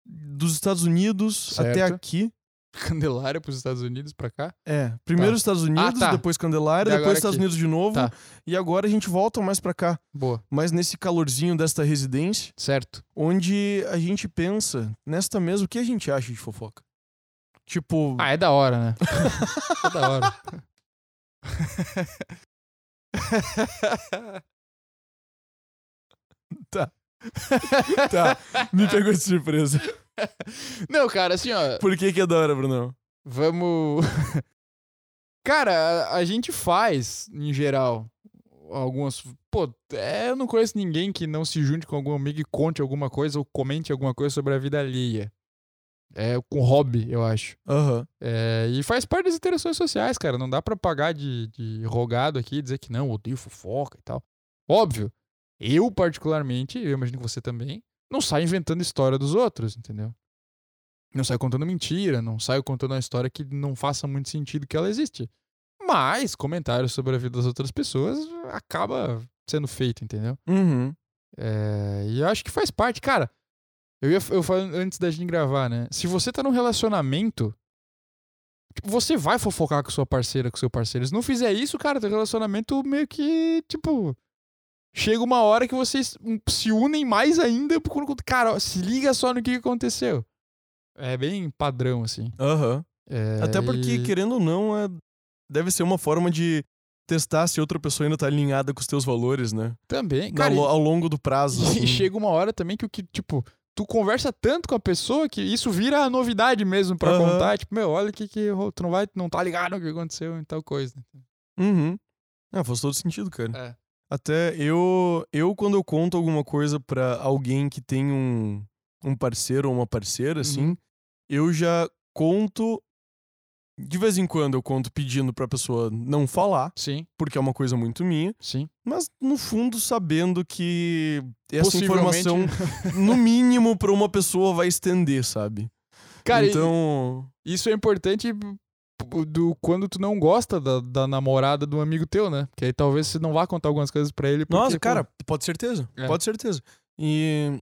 dos Estados Unidos
Certo.
até aqui.
Candelária pros Estados Unidos, pra cá.
É, primeiro
Tá.
Estados Unidos,
tá.
depois Candelária,
E agora
depois Estados
aqui.
Unidos de novo.
Tá.
E agora a gente volta mais para cá,
Boa.
mais nesse calorzinho desta residência,
Certo.
onde a gente pensa nesta mesa o que a gente acha de fofoca. Tipo,
Ah, é da hora, né? é da hora.
tá, me pegou de surpresa.
Não, cara, assim, ó.
Por que que é da hora, Brunão?
Vamos. Cara, a, a gente faz, em geral, algumas. Pô, é, eu não conheço ninguém que não se junte com algum amigo e conte alguma coisa ou comente alguma coisa sobre a vida alheia. É com hobby, eu acho.
Aham.
É, e faz parte das interações sociais, cara. Não dá pra pagar de, de rogado aqui, dizer que não, odeio fofoca e tal. Óbvio, eu particularmente, eu imagino que você também, não saio inventando história dos outros, entendeu? Não saio contando mentira, não saio contando uma história que não faça muito sentido que ela existe. Mas comentários sobre a vida das outras pessoas acaba sendo feito, entendeu?
Uhum.
É, e eu acho que faz parte, cara. Eu ia eu falando antes da gente gravar, né? Se você tá num relacionamento, tipo, você vai fofocar com sua parceira, com seu parceiro. Se não fizer isso, cara, teu relacionamento meio que, tipo, chega uma hora que vocês hum, se unem mais ainda por conta- cara, ó, se liga só no que aconteceu. É bem padrão assim.
Aham.
É,
Até porque,
e-
querendo ou não, é... deve ser uma forma de testar se outra pessoa ainda tá alinhada com os teus valores, né?
também,
Na
cara,
lo- ao longo do prazo.
E
assim.
chega uma hora também que o que, tipo, tu conversa tanto com a pessoa que isso vira a novidade mesmo pra
Aham.
contar. Tipo, meu, olha o que que ro- tu não vai, tu não tá ligado no que aconteceu e tal coisa.
Uhum. Ah, faz todo sentido, cara.
É.
Até eu, eu, quando eu conto alguma coisa pra alguém que tem um, um parceiro ou uma parceira,
Uhum.
assim, eu já conto. De vez em quando eu conto pedindo pra pessoa não falar,
Sim,
porque é uma coisa muito minha,
sim.
mas no fundo sabendo que essa
Possivelmente-
informação no mínimo pra uma pessoa vai estender, sabe?
Cara, e-
então,
isso é importante p- do quando tu não gosta da, da namorada do amigo teu, né? Que aí talvez você não vá contar algumas coisas pra ele. porque,
nossa,
pô,
cara, pode certeza,
É.
pode certeza. E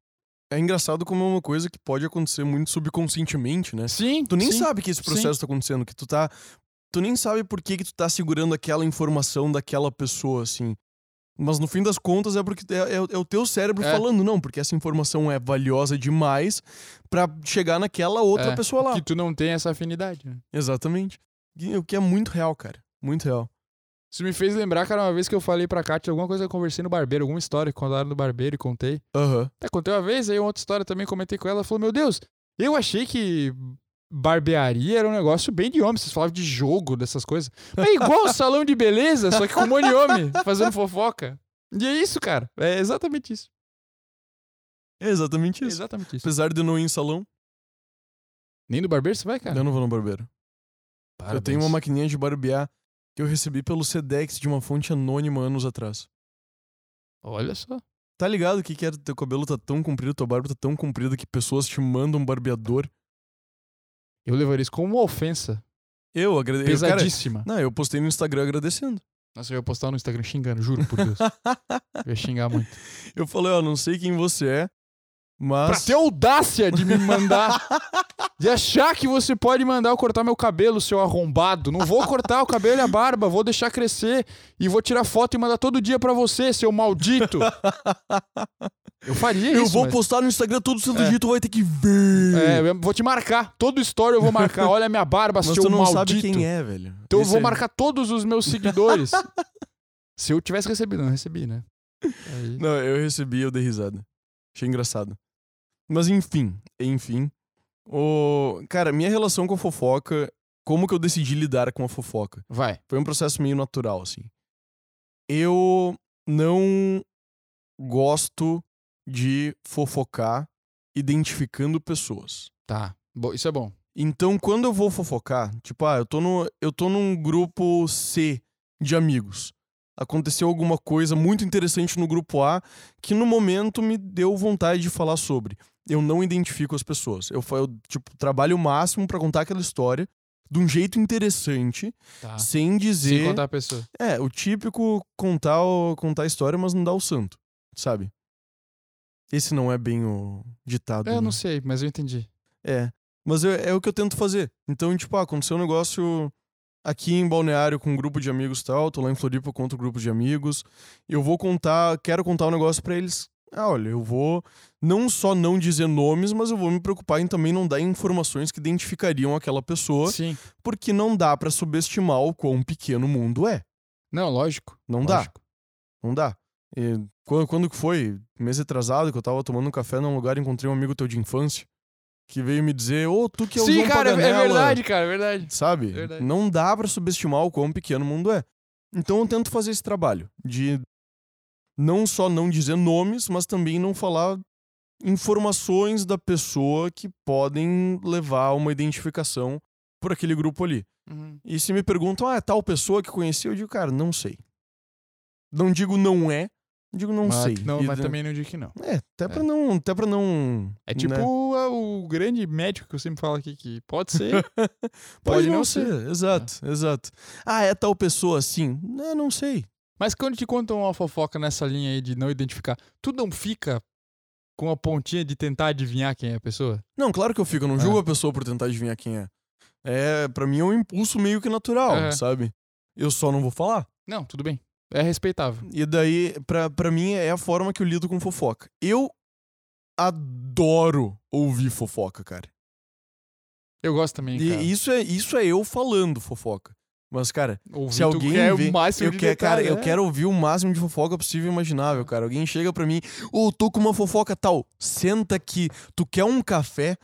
é engraçado como é uma coisa que pode acontecer muito subconscientemente, né?
Sim,
Tu nem
sim.
sabe que esse processo tá acontecendo, que tu tá tu nem sabe por que que tu tá segurando aquela informação daquela pessoa assim. Mas no fim das contas é porque é, é o- é o teu cérebro
É.
falando, não, porque essa informação é valiosa demais pra chegar naquela outra
É,
pessoa lá.
que tu não tem essa afinidade, né?
Exatamente. E O que é muito real, cara. Muito real.
Isso me fez lembrar, cara, uma vez que eu falei pra Kátia alguma coisa que eu conversei no barbeiro, alguma história que contaram no barbeiro e contei.
Aham.
Até contei uma vez, aí outra história também comentei com ela, ela falou, meu Deus, eu achei que barbearia era um negócio bem de homem, vocês falavam de jogo, dessas coisas. Mas é igual um salão de beleza, só que com um monte de homem fazendo fofoca. E é isso, cara. É exatamente isso.
É exatamente
É
isso.
exatamente isso.
Apesar de eu não ir em salão,
Nem do barbeiro você vai, cara?
eu não vou no barbeiro. Eu
É. Parabéns.
tenho uma maquininha de barbear que eu recebi pelo Sedex de uma fonte anônima anos atrás.
Olha só.
Tá ligado que, que era teu cabelo tá tão comprido, tua barba tá tão comprida que pessoas te mandam um barbeador?
Eu levaria isso como uma ofensa.
Eu agradeço.
Pesadíssima.
Não, eu postei no Instagram agradecendo.
Nossa, eu ia postar no Instagram xingando, juro por Deus. eu ia xingar muito.
Eu falei, ó, não sei quem você é,
Pra
mas.
ter audácia de me mandar. De achar que você pode mandar eu cortar meu cabelo, seu arrombado. Não vou cortar o cabelo e a barba, vou deixar crescer e vou tirar foto e mandar todo dia pra você, seu maldito. Eu faria
eu
isso.
vou
mas-
postar no Instagram todo santo
É.
dia, tu vai ter que ver.
É, eu vou te marcar. Todo story eu vou marcar. Olha a minha barba,
mas
seu
tu não
um maldito.
sabe quem é, velho.
Então eu
Esse
vou
é-
marcar todos os meus seguidores. Se eu tivesse recebido, não recebi, né? Aí-
Não, eu recebi, eu dei risada. Achei engraçado. Mas enfim, enfim. O... Cara, minha relação com a fofoca, como que eu decidi lidar com a fofoca?
Vai.
Foi um processo meio natural, assim. Eu não gosto de fofocar identificando pessoas.
Tá. Bo- isso é bom.
Então, quando eu vou fofocar, tipo, ah, eu tô, no, eu tô num grupo C de amigos. Aconteceu alguma coisa muito interessante no grupo A que no momento me deu vontade de falar sobre. Eu não identifico as pessoas. Eu, fa- eu tipo, trabalho o máximo pra contar aquela história, de um jeito interessante,
Tá.
sem dizer.
Sem contar a pessoa.
É, o típico contar, o- contar a história, mas não dar o santo, sabe? Esse não é bem o ditado.
É, Eu
né?
não sei, mas eu entendi.
É. Mas eu- é o que eu tento fazer. Então, tipo, ah, aconteceu um negócio aqui em Balneário com um grupo de amigos e tal. Tô lá em Floripa, eu conto um grupo de amigos. Eu vou contar, quero contar um negócio pra eles. Ah, olha, eu vou não só não dizer nomes, mas eu vou me preocupar em também não dar informações que identificariam aquela pessoa,
Sim.
porque não dá pra subestimar o quão pequeno o mundo é.
Não, lógico.
Não dá.
lógico.
Não dá. E quando, quando que foi? Mês atrasado, que eu tava tomando um café num lugar e encontrei um amigo teu de infância que veio me dizer, ô, tu que é o
Sim,
João
cara, é-
Paganella.
é verdade, cara, é verdade.
Sabe?
Verdade.
Não dá pra subestimar o quão pequeno o mundo é. Então eu tento fazer esse trabalho de não só não dizer nomes, mas também não falar informações da pessoa que podem levar a uma identificação por aquele grupo ali.
Uhum.
E se me perguntam, ah, é tal pessoa que conheci, eu digo, cara, não sei. Não digo não é, digo não
mas,
sei.
Não,
E
mas
da-
também não digo que não.
É, até pra não. Até pra não.
É tipo
né?
a- o grande médico que eu sempre falo aqui, que pode ser.
Pode, não ser. Exato, exato. Ah, é tal pessoa assim? Não, não sei.
mas quando te contam uma fofoca nessa linha aí de não identificar, tu não fica com a pontinha de tentar adivinhar quem é a pessoa?
Não, claro que eu fico, eu não
É.
julgo a pessoa por tentar adivinhar quem é. É, pra mim é um impulso meio que natural,
É.
sabe? Eu só não vou falar.
Não, tudo bem. É respeitável.
E daí, pra, pra mim, é a forma que eu lido com fofoca. Eu adoro ouvir fofoca, cara.
Eu gosto também,
E
cara.
isso é, isso é eu falando fofoca. Mas, cara,
Ouvir,
se alguém.
tu quer
vê-
o máximo
eu
de
quero, cara,
detalhe, é.
eu quero ouvir o máximo de fofoca possível e imaginável, cara. Alguém chega pra mim, ô, tô com uma fofoca tal. Senta aqui, tu quer um café?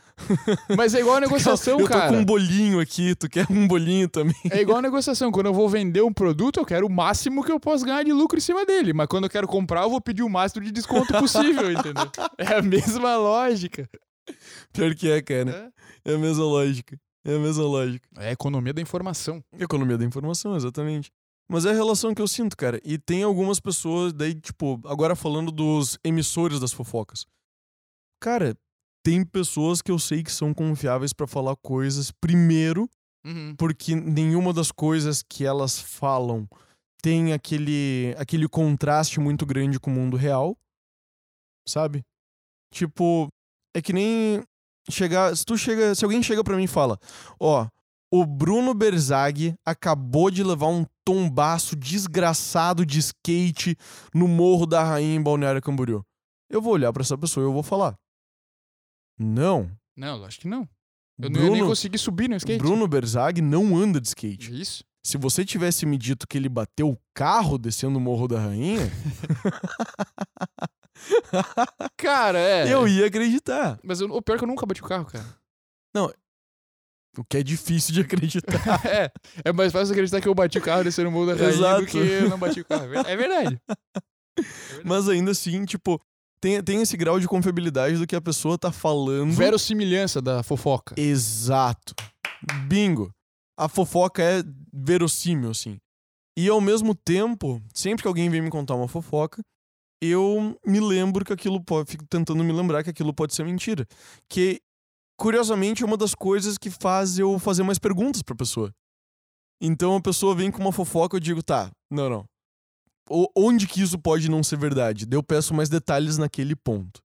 Mas é igual a negociação,
eu tô
cara.
com um bolinho aqui, tu quer um bolinho também?
É igual a negociação. Quando eu vou vender um produto, eu quero o máximo que eu posso ganhar de lucro em cima dele. Mas quando eu quero comprar, eu vou pedir o máximo de desconto possível, entendeu? É a mesma lógica.
Pior que é, cara. É a mesma lógica. É a mesma lógica.
É a economia da informação.
Economia da informação, exatamente. Mas é a relação que eu sinto, cara. E tem algumas pessoas, daí, tipo, agora falando dos emissores das fofocas. Cara, tem pessoas que eu sei que são confiáveis pra falar coisas primeiro, porque nenhuma das coisas que elas falam tem aquele, aquele contraste muito grande com o mundo real. Sabe? Tipo, é que nem chegar, se tu chega, se alguém chega pra mim e fala: "Ó, o Bruno Berzag acabou de levar um tombaço desgraçado de skate no Morro da Rainha em Balneário Camboriú". Eu vou olhar pra essa pessoa e eu vou falar: "Não.
Não, lógico que não. Eu não ia nem
Bruno,
conseguir subir no skate. É
Bruno Berzag não anda de skate.
Isso.
Se você tivesse me dito que ele bateu o carro descendo o Morro da Rainha,
Cara, é.
eu ia acreditar.
Mas eu- o pior é que eu nunca bati o carro, cara.
O que é difícil de acreditar.
é. É mais fácil acreditar que eu bati o carro descendo o mundo da rainha
Exato.
do que eu não bati o carro. É verdade.
Mas ainda assim, tipo, tem, tem esse grau de confiabilidade do que a pessoa tá falando.
Verossimilhança da fofoca.
Exato. Bingo. A fofoca é verossímil, assim. E ao mesmo tempo, sempre que alguém vem me contar uma fofoca, eu me lembro que aquilo pode. Fico tentando me lembrar que aquilo pode ser mentira. Que, curiosamente, é uma das coisas que faz eu fazer mais perguntas pra pessoa. Então a pessoa vem com uma fofoca, eu digo, tá, não, não. O- onde que isso pode não ser verdade? Daí eu peço mais detalhes naquele ponto.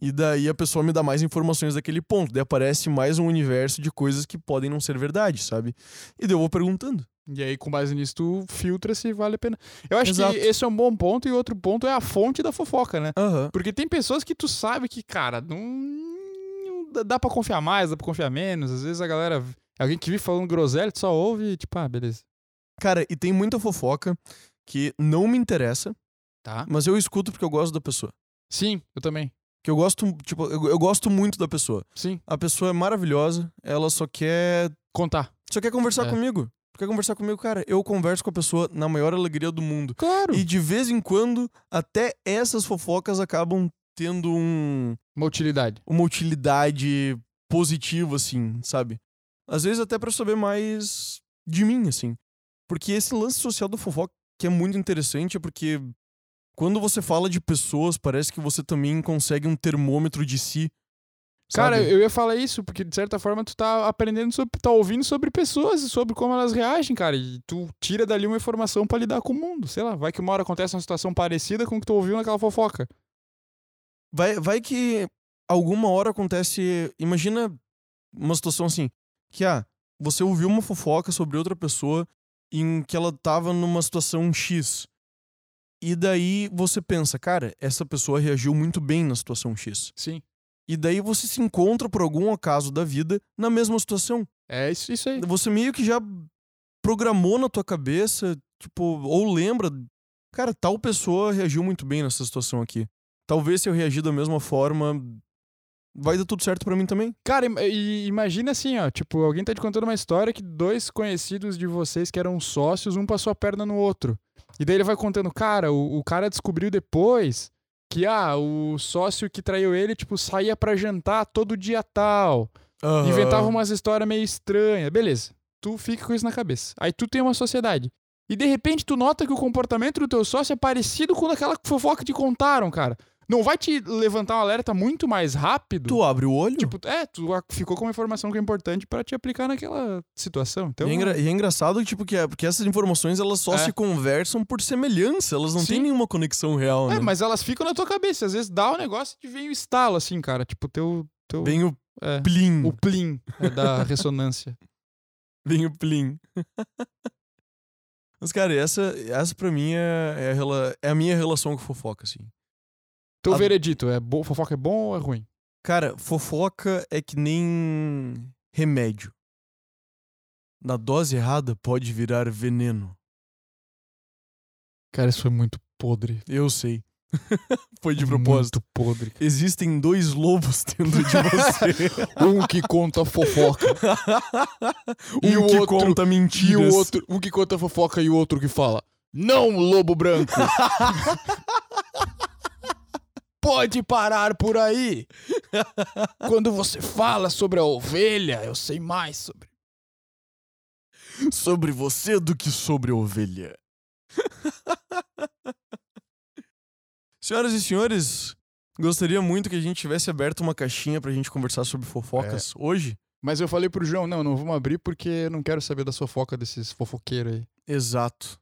E daí a pessoa me dá mais informações daquele ponto. Daí aparece mais um universo de coisas que podem não ser verdade, sabe? E daí eu vou perguntando.
E aí, com base nisso, tu filtra se vale a pena. Eu acho
Exato.
que esse é um bom ponto, e outro ponto é a fonte da fofoca, né?
Aham.
Porque tem pessoas que tu sabe que, cara, não. não dá- Dá pra confiar mais, dá pra confiar menos. Às vezes a galera. Alguém que vive falando groselha, tu só ouve e, tipo, ah, beleza.
Cara, e tem muita fofoca que não me interessa,
Tá?
mas eu escuto porque eu gosto da pessoa.
Sim, eu também.
Que eu gosto, tipo, eu, eu gosto muito da pessoa.
Sim.
A pessoa é maravilhosa, ela só quer.
Contar.
Só quer conversar
É.
comigo. Quer conversar comigo, cara. Eu converso com a pessoa na maior alegria do mundo.
Claro.
E de vez em quando, até essas fofocas acabam tendo um.
Uma utilidade.
uma utilidade positiva, assim, sabe? Às vezes até pra saber mais de mim, assim. Porque esse lance social do fofoca que é muito interessante é porque quando você fala de pessoas, parece que você também consegue um termômetro de si
Cara,
sabe?
eu ia falar isso, porque de certa forma tu tá aprendendo sobre, tá ouvindo sobre pessoas e sobre como elas reagem, cara. E tu tira dali uma informação pra lidar com o mundo. Sei lá, vai que uma hora acontece uma situação parecida com o que tu ouviu naquela fofoca.
Vai, vai que alguma hora acontece. Imagina uma situação assim: que ah, você ouviu uma fofoca sobre outra pessoa em que ela tava numa situação X. E daí você pensa, cara, essa pessoa reagiu muito bem na situação X.
Sim.
E daí você se encontra por algum acaso da vida na mesma situação.
É isso, isso aí.
Você meio que já programou na tua cabeça, tipo, ou lembra, cara, tal pessoa reagiu muito bem nessa situação aqui. Talvez se eu reagir da mesma forma, vai dar tudo certo pra mim também.
Cara, im- e imagina assim, ó, tipo, alguém tá te contando uma história que dois conhecidos de vocês que eram sócios, um passou a perna no outro. E daí ele vai contando, cara, o, o cara descobriu depois que, ah, o sócio que traiu ele, tipo, saía pra jantar todo dia tal. Inventava umas histórias meio estranhas. Beleza. Tu fica com isso na cabeça. Aí tu tem uma sociedade. E de repente tu nota que o comportamento do teu sócio é parecido com aquela fofoca que te contaram, cara. Não vai te levantar um alerta muito mais rápido?
Tu abre o olho.
Tipo, é, tu a- ficou com uma informação que é importante pra te aplicar naquela situação. Então,
e, é engra- e é engraçado, tipo, que é, porque essas informações elas só
É.
se conversam por semelhança, elas não têm
Sim.
nenhuma conexão real,
é,
né?
mas elas ficam na tua cabeça. Às vezes dá o negócio e te vem o estalo, assim, cara. Tipo, teu. teu
Bem o
é,
plim.
o plim é, da ressonância.
Bem o plim. Mas, cara, essa, essa pra mim é, é, a rela- é a minha relação com fofoca, assim.
Teu
A-
veredito, é bo... fofoca é bom ou é ruim?
Cara, fofoca é que nem remédio. Na dose errada pode virar veneno.
Cara, isso foi muito podre.
Eu sei. Foi de propósito.
Muito podre.
Existem dois lobos dentro de você.
Um que conta fofoca
um
E o
que
outro-
conta
e
mentiras.
o outro, um que conta fofoca e o outro que fala: "Não, lobo branco". Pode parar por aí. Quando você fala sobre a ovelha, eu sei mais sobre.
Sobre você do que sobre a ovelha. Senhoras e senhores, gostaria muito que a gente tivesse aberto uma caixinha pra gente conversar sobre fofocas hoje.
Mas eu falei pro João, não, não vamos abrir porque eu não quero saber da fofoca desses fofoqueiros aí.
Exato.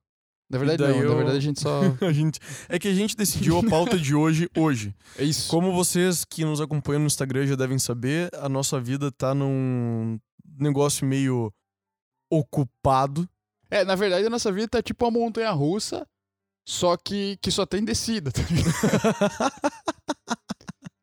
Na verdade
daí
não, na
eu-
verdade a gente só
A gente- é que a gente decidiu a pauta de hoje hoje.
é isso.
Como vocês que nos acompanham no Instagram já devem saber, a nossa vida tá num negócio meio ocupado.
É, na verdade a nossa vida tá tipo uma montanha russa, só que que só tem descida. tá ligado?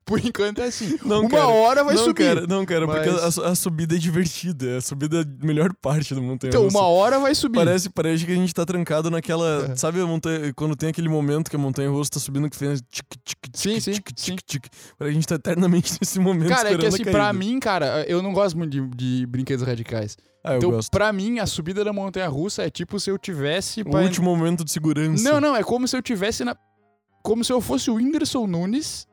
Por enquanto é assim.
Não,
uma
cara.
hora vai
não,
subir.
cara, não, cara, porque a
Mas-
su- a, subida é divertida. A subida é a melhor parte do montanha.
Então, uma hora vai subir.
Parece, parece que a gente tá trancado naquela.
É.
Sabe a montanha, quando tem aquele momento que a montanha russa tá subindo que fez tic, tic, tic,
Sim, sim,
tic, tic, tic. Parece que A gente tá eternamente nesse momento.
Cara, é que
esperando a
assim, pra
caída.
mim, cara, eu não gosto muito de, de brinquedos radicais.
Ah, eu
então,
gosto.
pra mim, a subida da montanha russa é tipo se eu tivesse.
O
pra en-
último momento de segurança.
Não, não, é como se eu tivesse na. Como se eu fosse o Whindersson Nunes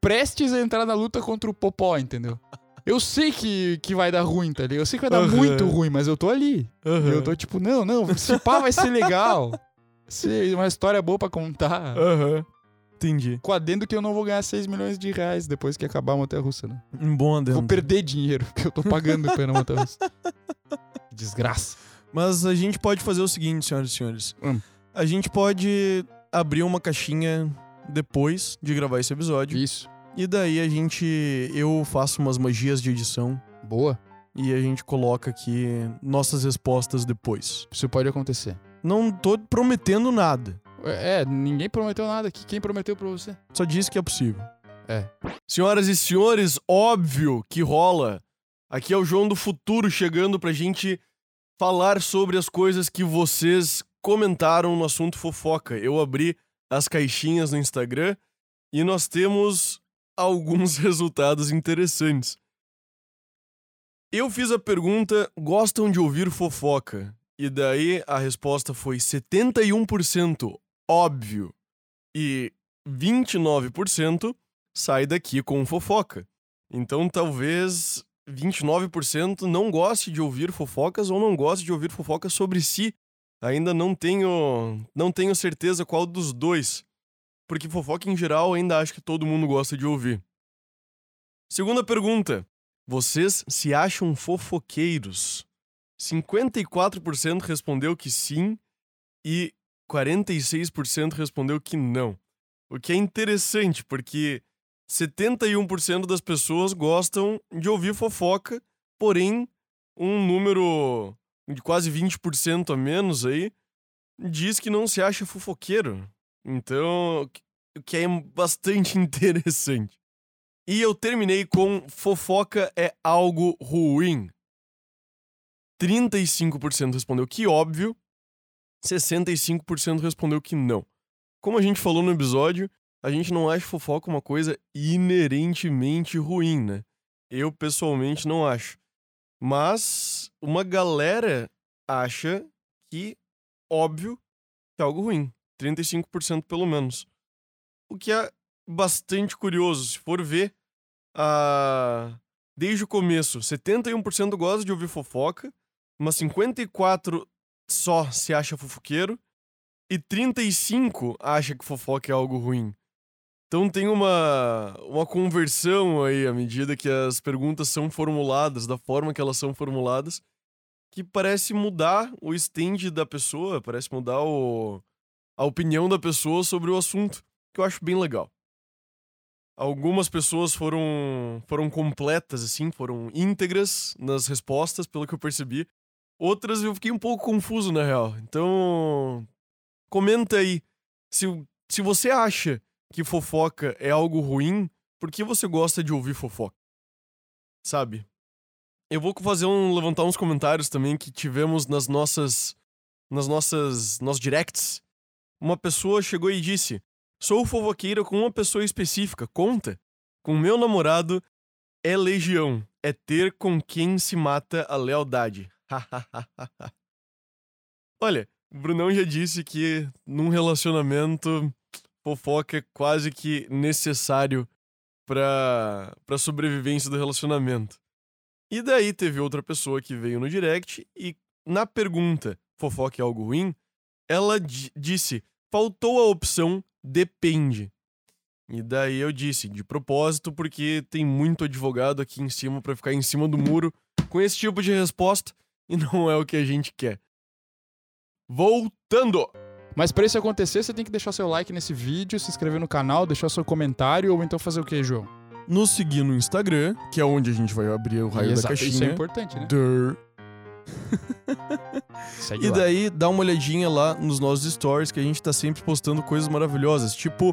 prestes a entrar na luta contra o Popó, entendeu? Eu sei que, que vai dar ruim, tá ligado? Eu sei que vai dar
Aham.
muito ruim, mas eu tô ali. E
Aham.
eu tô tipo, não, não, se pá vai ser legal. Se uma história boa pra contar.
Aham. Entendi.
Com adendo que eu não vou ganhar 6 milhões de reais depois que acabar a montanha russa, né?
Um bom adendo.
Vou perder dinheiro, porque eu tô pagando pra ir na montanha russa. Que Desgraça.
Mas a gente pode fazer o seguinte, senhoras e senhores.
Hum.
A gente pode abrir uma caixinha depois de gravar esse episódio.
Isso.
E daí a gente. Eu faço umas magias de edição
Boa.
e a gente coloca aqui nossas respostas depois.
Isso pode acontecer.
Não tô prometendo nada.
É, é, ninguém prometeu nada aqui. Quem prometeu pra você?
Só disse que é possível.
É.
Senhoras e senhores, óbvio que rola. Aqui é o João do Futuro chegando pra gente falar sobre as coisas que vocês comentaram no assunto fofoca. Eu abri as caixinhas no Instagram e nós temos alguns resultados interessantes. Eu fiz a pergunta: gostam de ouvir fofoca? E daí a resposta foi 71%, óbvio. E 29% sai daqui com fofoca. Então talvez 29% não goste de ouvir fofocas ou não goste de ouvir fofocas sobre si. Ainda não tenho, não tenho certeza qual dos dois. Porque fofoca em geral ainda acho que todo mundo gosta de ouvir. Segunda pergunta. Vocês se acham fofoqueiros? 54% respondeu que sim e 46% respondeu que não. O que é interessante, porque 71% das pessoas gostam de ouvir fofoca, porém, um número de quase 20% a menos aí diz que não se acha fofoqueiro. Então, o que é bastante interessante. E eu terminei com fofoca é algo ruim. 35% respondeu que óbvio, 65% respondeu que não. Como a gente falou no episódio, a gente não acha fofoca uma coisa inerentemente ruim, né? Eu pessoalmente não acho. Mas uma galera acha que óbvio que é algo ruim, 35% pelo menos. O que é bastante curioso, se for ver, a... desde o começo, 71% gosta de ouvir fofoca, mas 54 só se acha fofoqueiro e 35 acha que fofoca é algo ruim. Então tem uma, uma conversão aí à medida que as perguntas são formuladas, da forma que elas são formuladas, que parece mudar o stand da pessoa, parece mudar o, a opinião da pessoa sobre o assunto, que eu acho bem legal. Algumas pessoas foram, foram completas, assim, foram íntegras nas respostas, pelo que eu percebi. Outras eu fiquei um pouco confuso, na real. Então, comenta aí. Se, se você acha que fofoca é algo ruim, por que você gosta de ouvir fofoca? Sabe? Eu vou fazer um levantar uns comentários também que tivemos nas nossas nas nossas nos directs. Uma pessoa chegou e disse: "Sou fofoqueira com uma pessoa específica, conta. Com meu namorado é legião, é ter com quem se mata a lealdade." Olha, o Brunão já disse que num relacionamento fofoca é quase que necessário para para sobrevivência do relacionamento. E daí teve outra pessoa que veio no direct e na pergunta fofoca é algo ruim, ela disse faltou a opção depende. E daí eu disse de propósito porque tem muito advogado aqui em cima para ficar em cima do muro com esse tipo de resposta e não é o que a gente quer voltando.
Mas para isso acontecer, você tem que deixar seu like nesse vídeo, se inscrever no canal, deixar seu comentário ou então fazer o que, João?
Nos seguir no Instagram, que é onde a gente vai abrir o raio
Exato,
da caixinha.
Isso é importante, né?
Durr.
Segue
e
lá.
daí dá uma olhadinha lá nos nossos stories, que a gente tá sempre postando coisas maravilhosas, tipo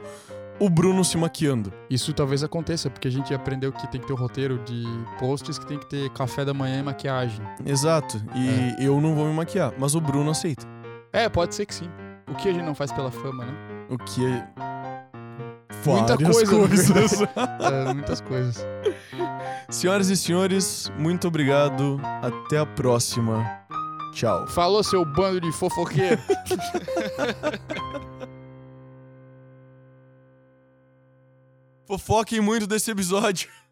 o Bruno se maquiando.
Isso talvez aconteça, porque a gente aprendeu que tem que ter o roteiro de posts, que tem que ter café da manhã e maquiagem.
Exato. E eu não vou me maquiar, mas o Bruno aceita.
É, pode ser que sim. O que a gente não faz pela fama, né?
O que é.
Muita
Várias
coisa, né? na
coisas.
É, muitas coisas.
Senhoras e senhores, muito obrigado. Até a próxima. Tchau.
Falou, seu bando de fofoqueiro.
Fofoquem muito desse episódio.